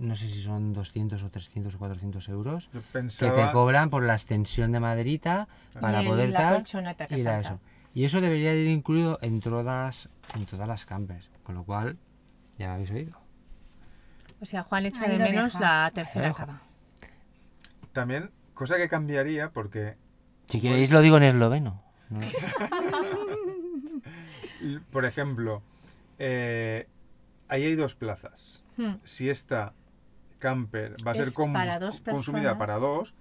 no sé si son 200 o 300 o 400 euros,
Yo
que te
pensaba,
cobran por la extensión de maderita para
Y
poder
la
tal
colchoneta que
y la
falta.
eso. Y eso debería ir incluido en todas en todas las campers, con lo cual ya me habéis oído.
O sea, Juan echa
Ahí
de
lo
menos
deja.
la tercera
dejo.
cama.
también, cosa que cambiaría, porque
Si queréis lo digo en esloveno. ¿no?
L- Por ejemplo, eh, ahí hay dos plazas.
Hmm.
Si esta camper va a ser
Es
combus-
para dos
consumida
personas.
para dos,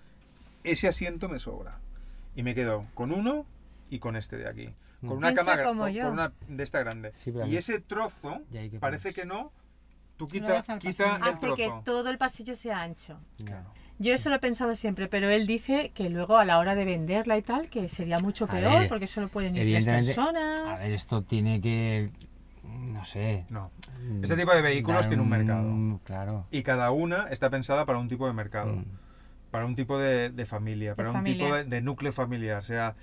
ese asiento me sobra. Y me quedo con uno y con este de aquí. Con una
Piensa
cama gra-
como
con-
yo.
con una de esta grande.
Hmm. Sí, pero a
y
mí-
ese trozo,
¿Y ahí qué
parece
pones?
que no, tú
Lo
quita,
das al
quita
pasillo.
el
Hace que
trozo.
todo el pasillo sea ancho.
Ya.
Yo eso lo he pensado siempre, pero él dice que luego a la hora de venderla y tal, que sería mucho
A
peor
ver,
porque solo pueden ir tres
Evidentemente.
personas.
A ver, esto tiene que no sé.
No.
mm,
Ese tipo de vehículos
dar
tiene un mercado.
Claro.
Y cada una está pensada para un tipo de mercado.
Mm.
para un tipo de, de familia, para un tipo
familia.
de, de núcleo familiar, sea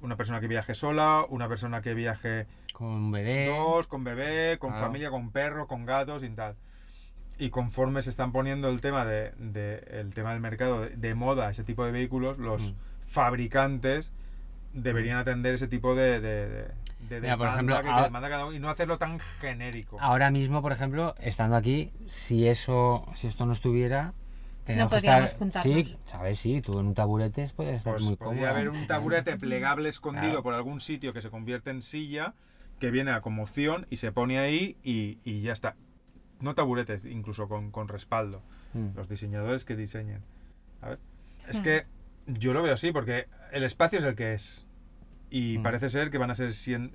una persona que viaje sola, una persona que viaje
Con un bebé.
dos, con bebé, con
Eh. claro.
familia, con perro, con gatos y tal. Y conforme se están poniendo el tema de, de- el tema del mercado de, de moda, ese tipo de vehículos, los
Mm.
fabricantes deberían atender ese tipo de, de, de- de
Mira, por
demanda
ejemplo,
que- que
ahora-
demanda cada uno y no hacerlo tan genérico.
Ahora mismo, por ejemplo, estando aquí, si eso, si esto no estuviera, tenemos
podríamos
que estar,
juntarnos.
sí, sabes, sí, tú en un taburete puedes estar
Pues
muy cómodo.
podría haber un taburete plegable escondido
Claro.
por algún sitio que se convierte en silla, que viene a como opción y se pone ahí y, y ya está. No taburetes, incluso con, con respaldo.
Mm.
Los diseñadores que diseñen. A ver,
Hmm.
es que yo lo veo así, porque el espacio es el que es. Y
Mm.
parece ser que van a ser sien-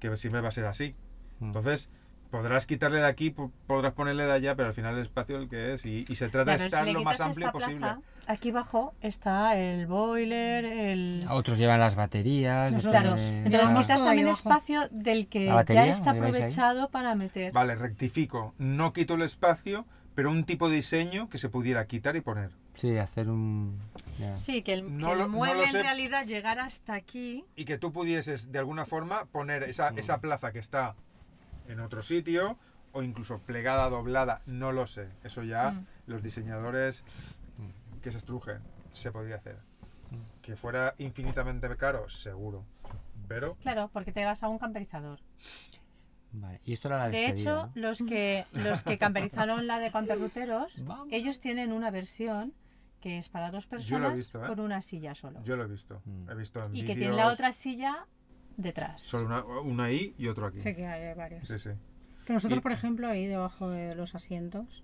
que siempre va a ser así.
Mm.
Entonces, podrás quitarle de aquí, po- podrás ponerle de allá, pero al final el espacio es el que es. Y, y se
Y
trata
a
de
ver,
estar
si le
lo más
quitas
amplio
esta
posible.
plaza, aquí abajo está el boiler, el...
Otros llevan las baterías. otros
Claro,
de-
entonces
Ah.
quitas
Todo
también
ahí abajo.
espacio del que
¿La batería?
ya está
¿Lo lleváis ahí?
aprovechado para meter.
Vale, rectifico. No quito el espacio, pero un tipo de diseño que se pudiera quitar y poner.
Sí, hacer un. ya.
Sí, que el,
No
que el
lo- no
mueble
lo sé.
en realidad llegara hasta aquí.
Y que tú pudieses, de alguna forma, poner esa, esa plaza que está en otro sitio
Mm.
o incluso plegada, doblada, no lo sé. Eso ya los diseñadores que se estruje, se podría hacer. Que fuera infinitamente caro, seguro. Pero
Claro, porque te vas a un camperizador.
Vale, y esto era la
De
despedida,
hecho,
¿no?
los que, los que camperizaron la de camperruteros,
Vamos.
ellos tienen una versión que es para dos personas
Yo lo he visto, ¿eh?
con una silla solo.
yo lo he visto.
Mm.
He visto en
y que
vídeos,
tiene la otra silla detrás.
Solo una, una ahí y otro aquí.
Sí, que hay varios.
sí. sí.
Pero nosotros,
Y-
por ejemplo, ahí debajo de los asientos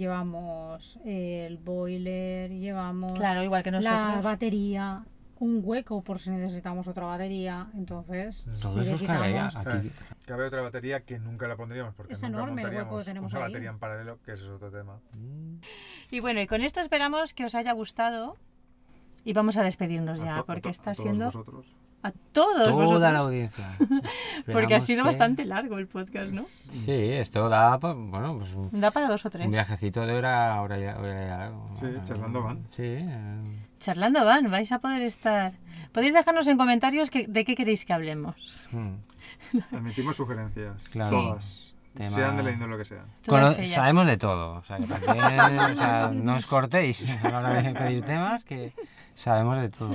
llevamos el boiler, llevamos
Claro, igual que
la
nosotros.
batería, un hueco por si necesitamos otra batería. Entonces,
Todo
si le
eso es cagadea.
quitamos-
Aquí,
Cabe otra batería que nunca la pondríamos porque
Es
nunca
enorme el hueco que
montaríamos
tenemos
una
ahí.
batería en paralelo, que ese es otro tema.
Mm,
Y bueno, y con esto esperamos que os haya gustado. Y vamos a despedirnos
A
ya,
to- a to-
porque
a
está
todos
siendo
vosotros.
a todos
Toda
vosotros.
la audiencia.
porque ha
Esperamos
sido
que-
bastante largo el podcast, ¿no?
Sí, esto da, pa- bueno, pues un,
Da para dos o tres.
un viajecito de hora, hora y, hora y algo.
Sí,
Ah,
charlando van.
Sí. eh,
Charlando van, vais a poder estar. Podéis dejarnos en comentarios que- de qué queréis que hablemos.
mm.
Admitimos sugerencias,
Claro.
todas,
Tema-
sean de la índole que sean.
Todas
Cono-
ellas.
sabemos de todo, o sea, que también, o sea, no os cortéis a la hora de pedir temas, que sabemos de todo.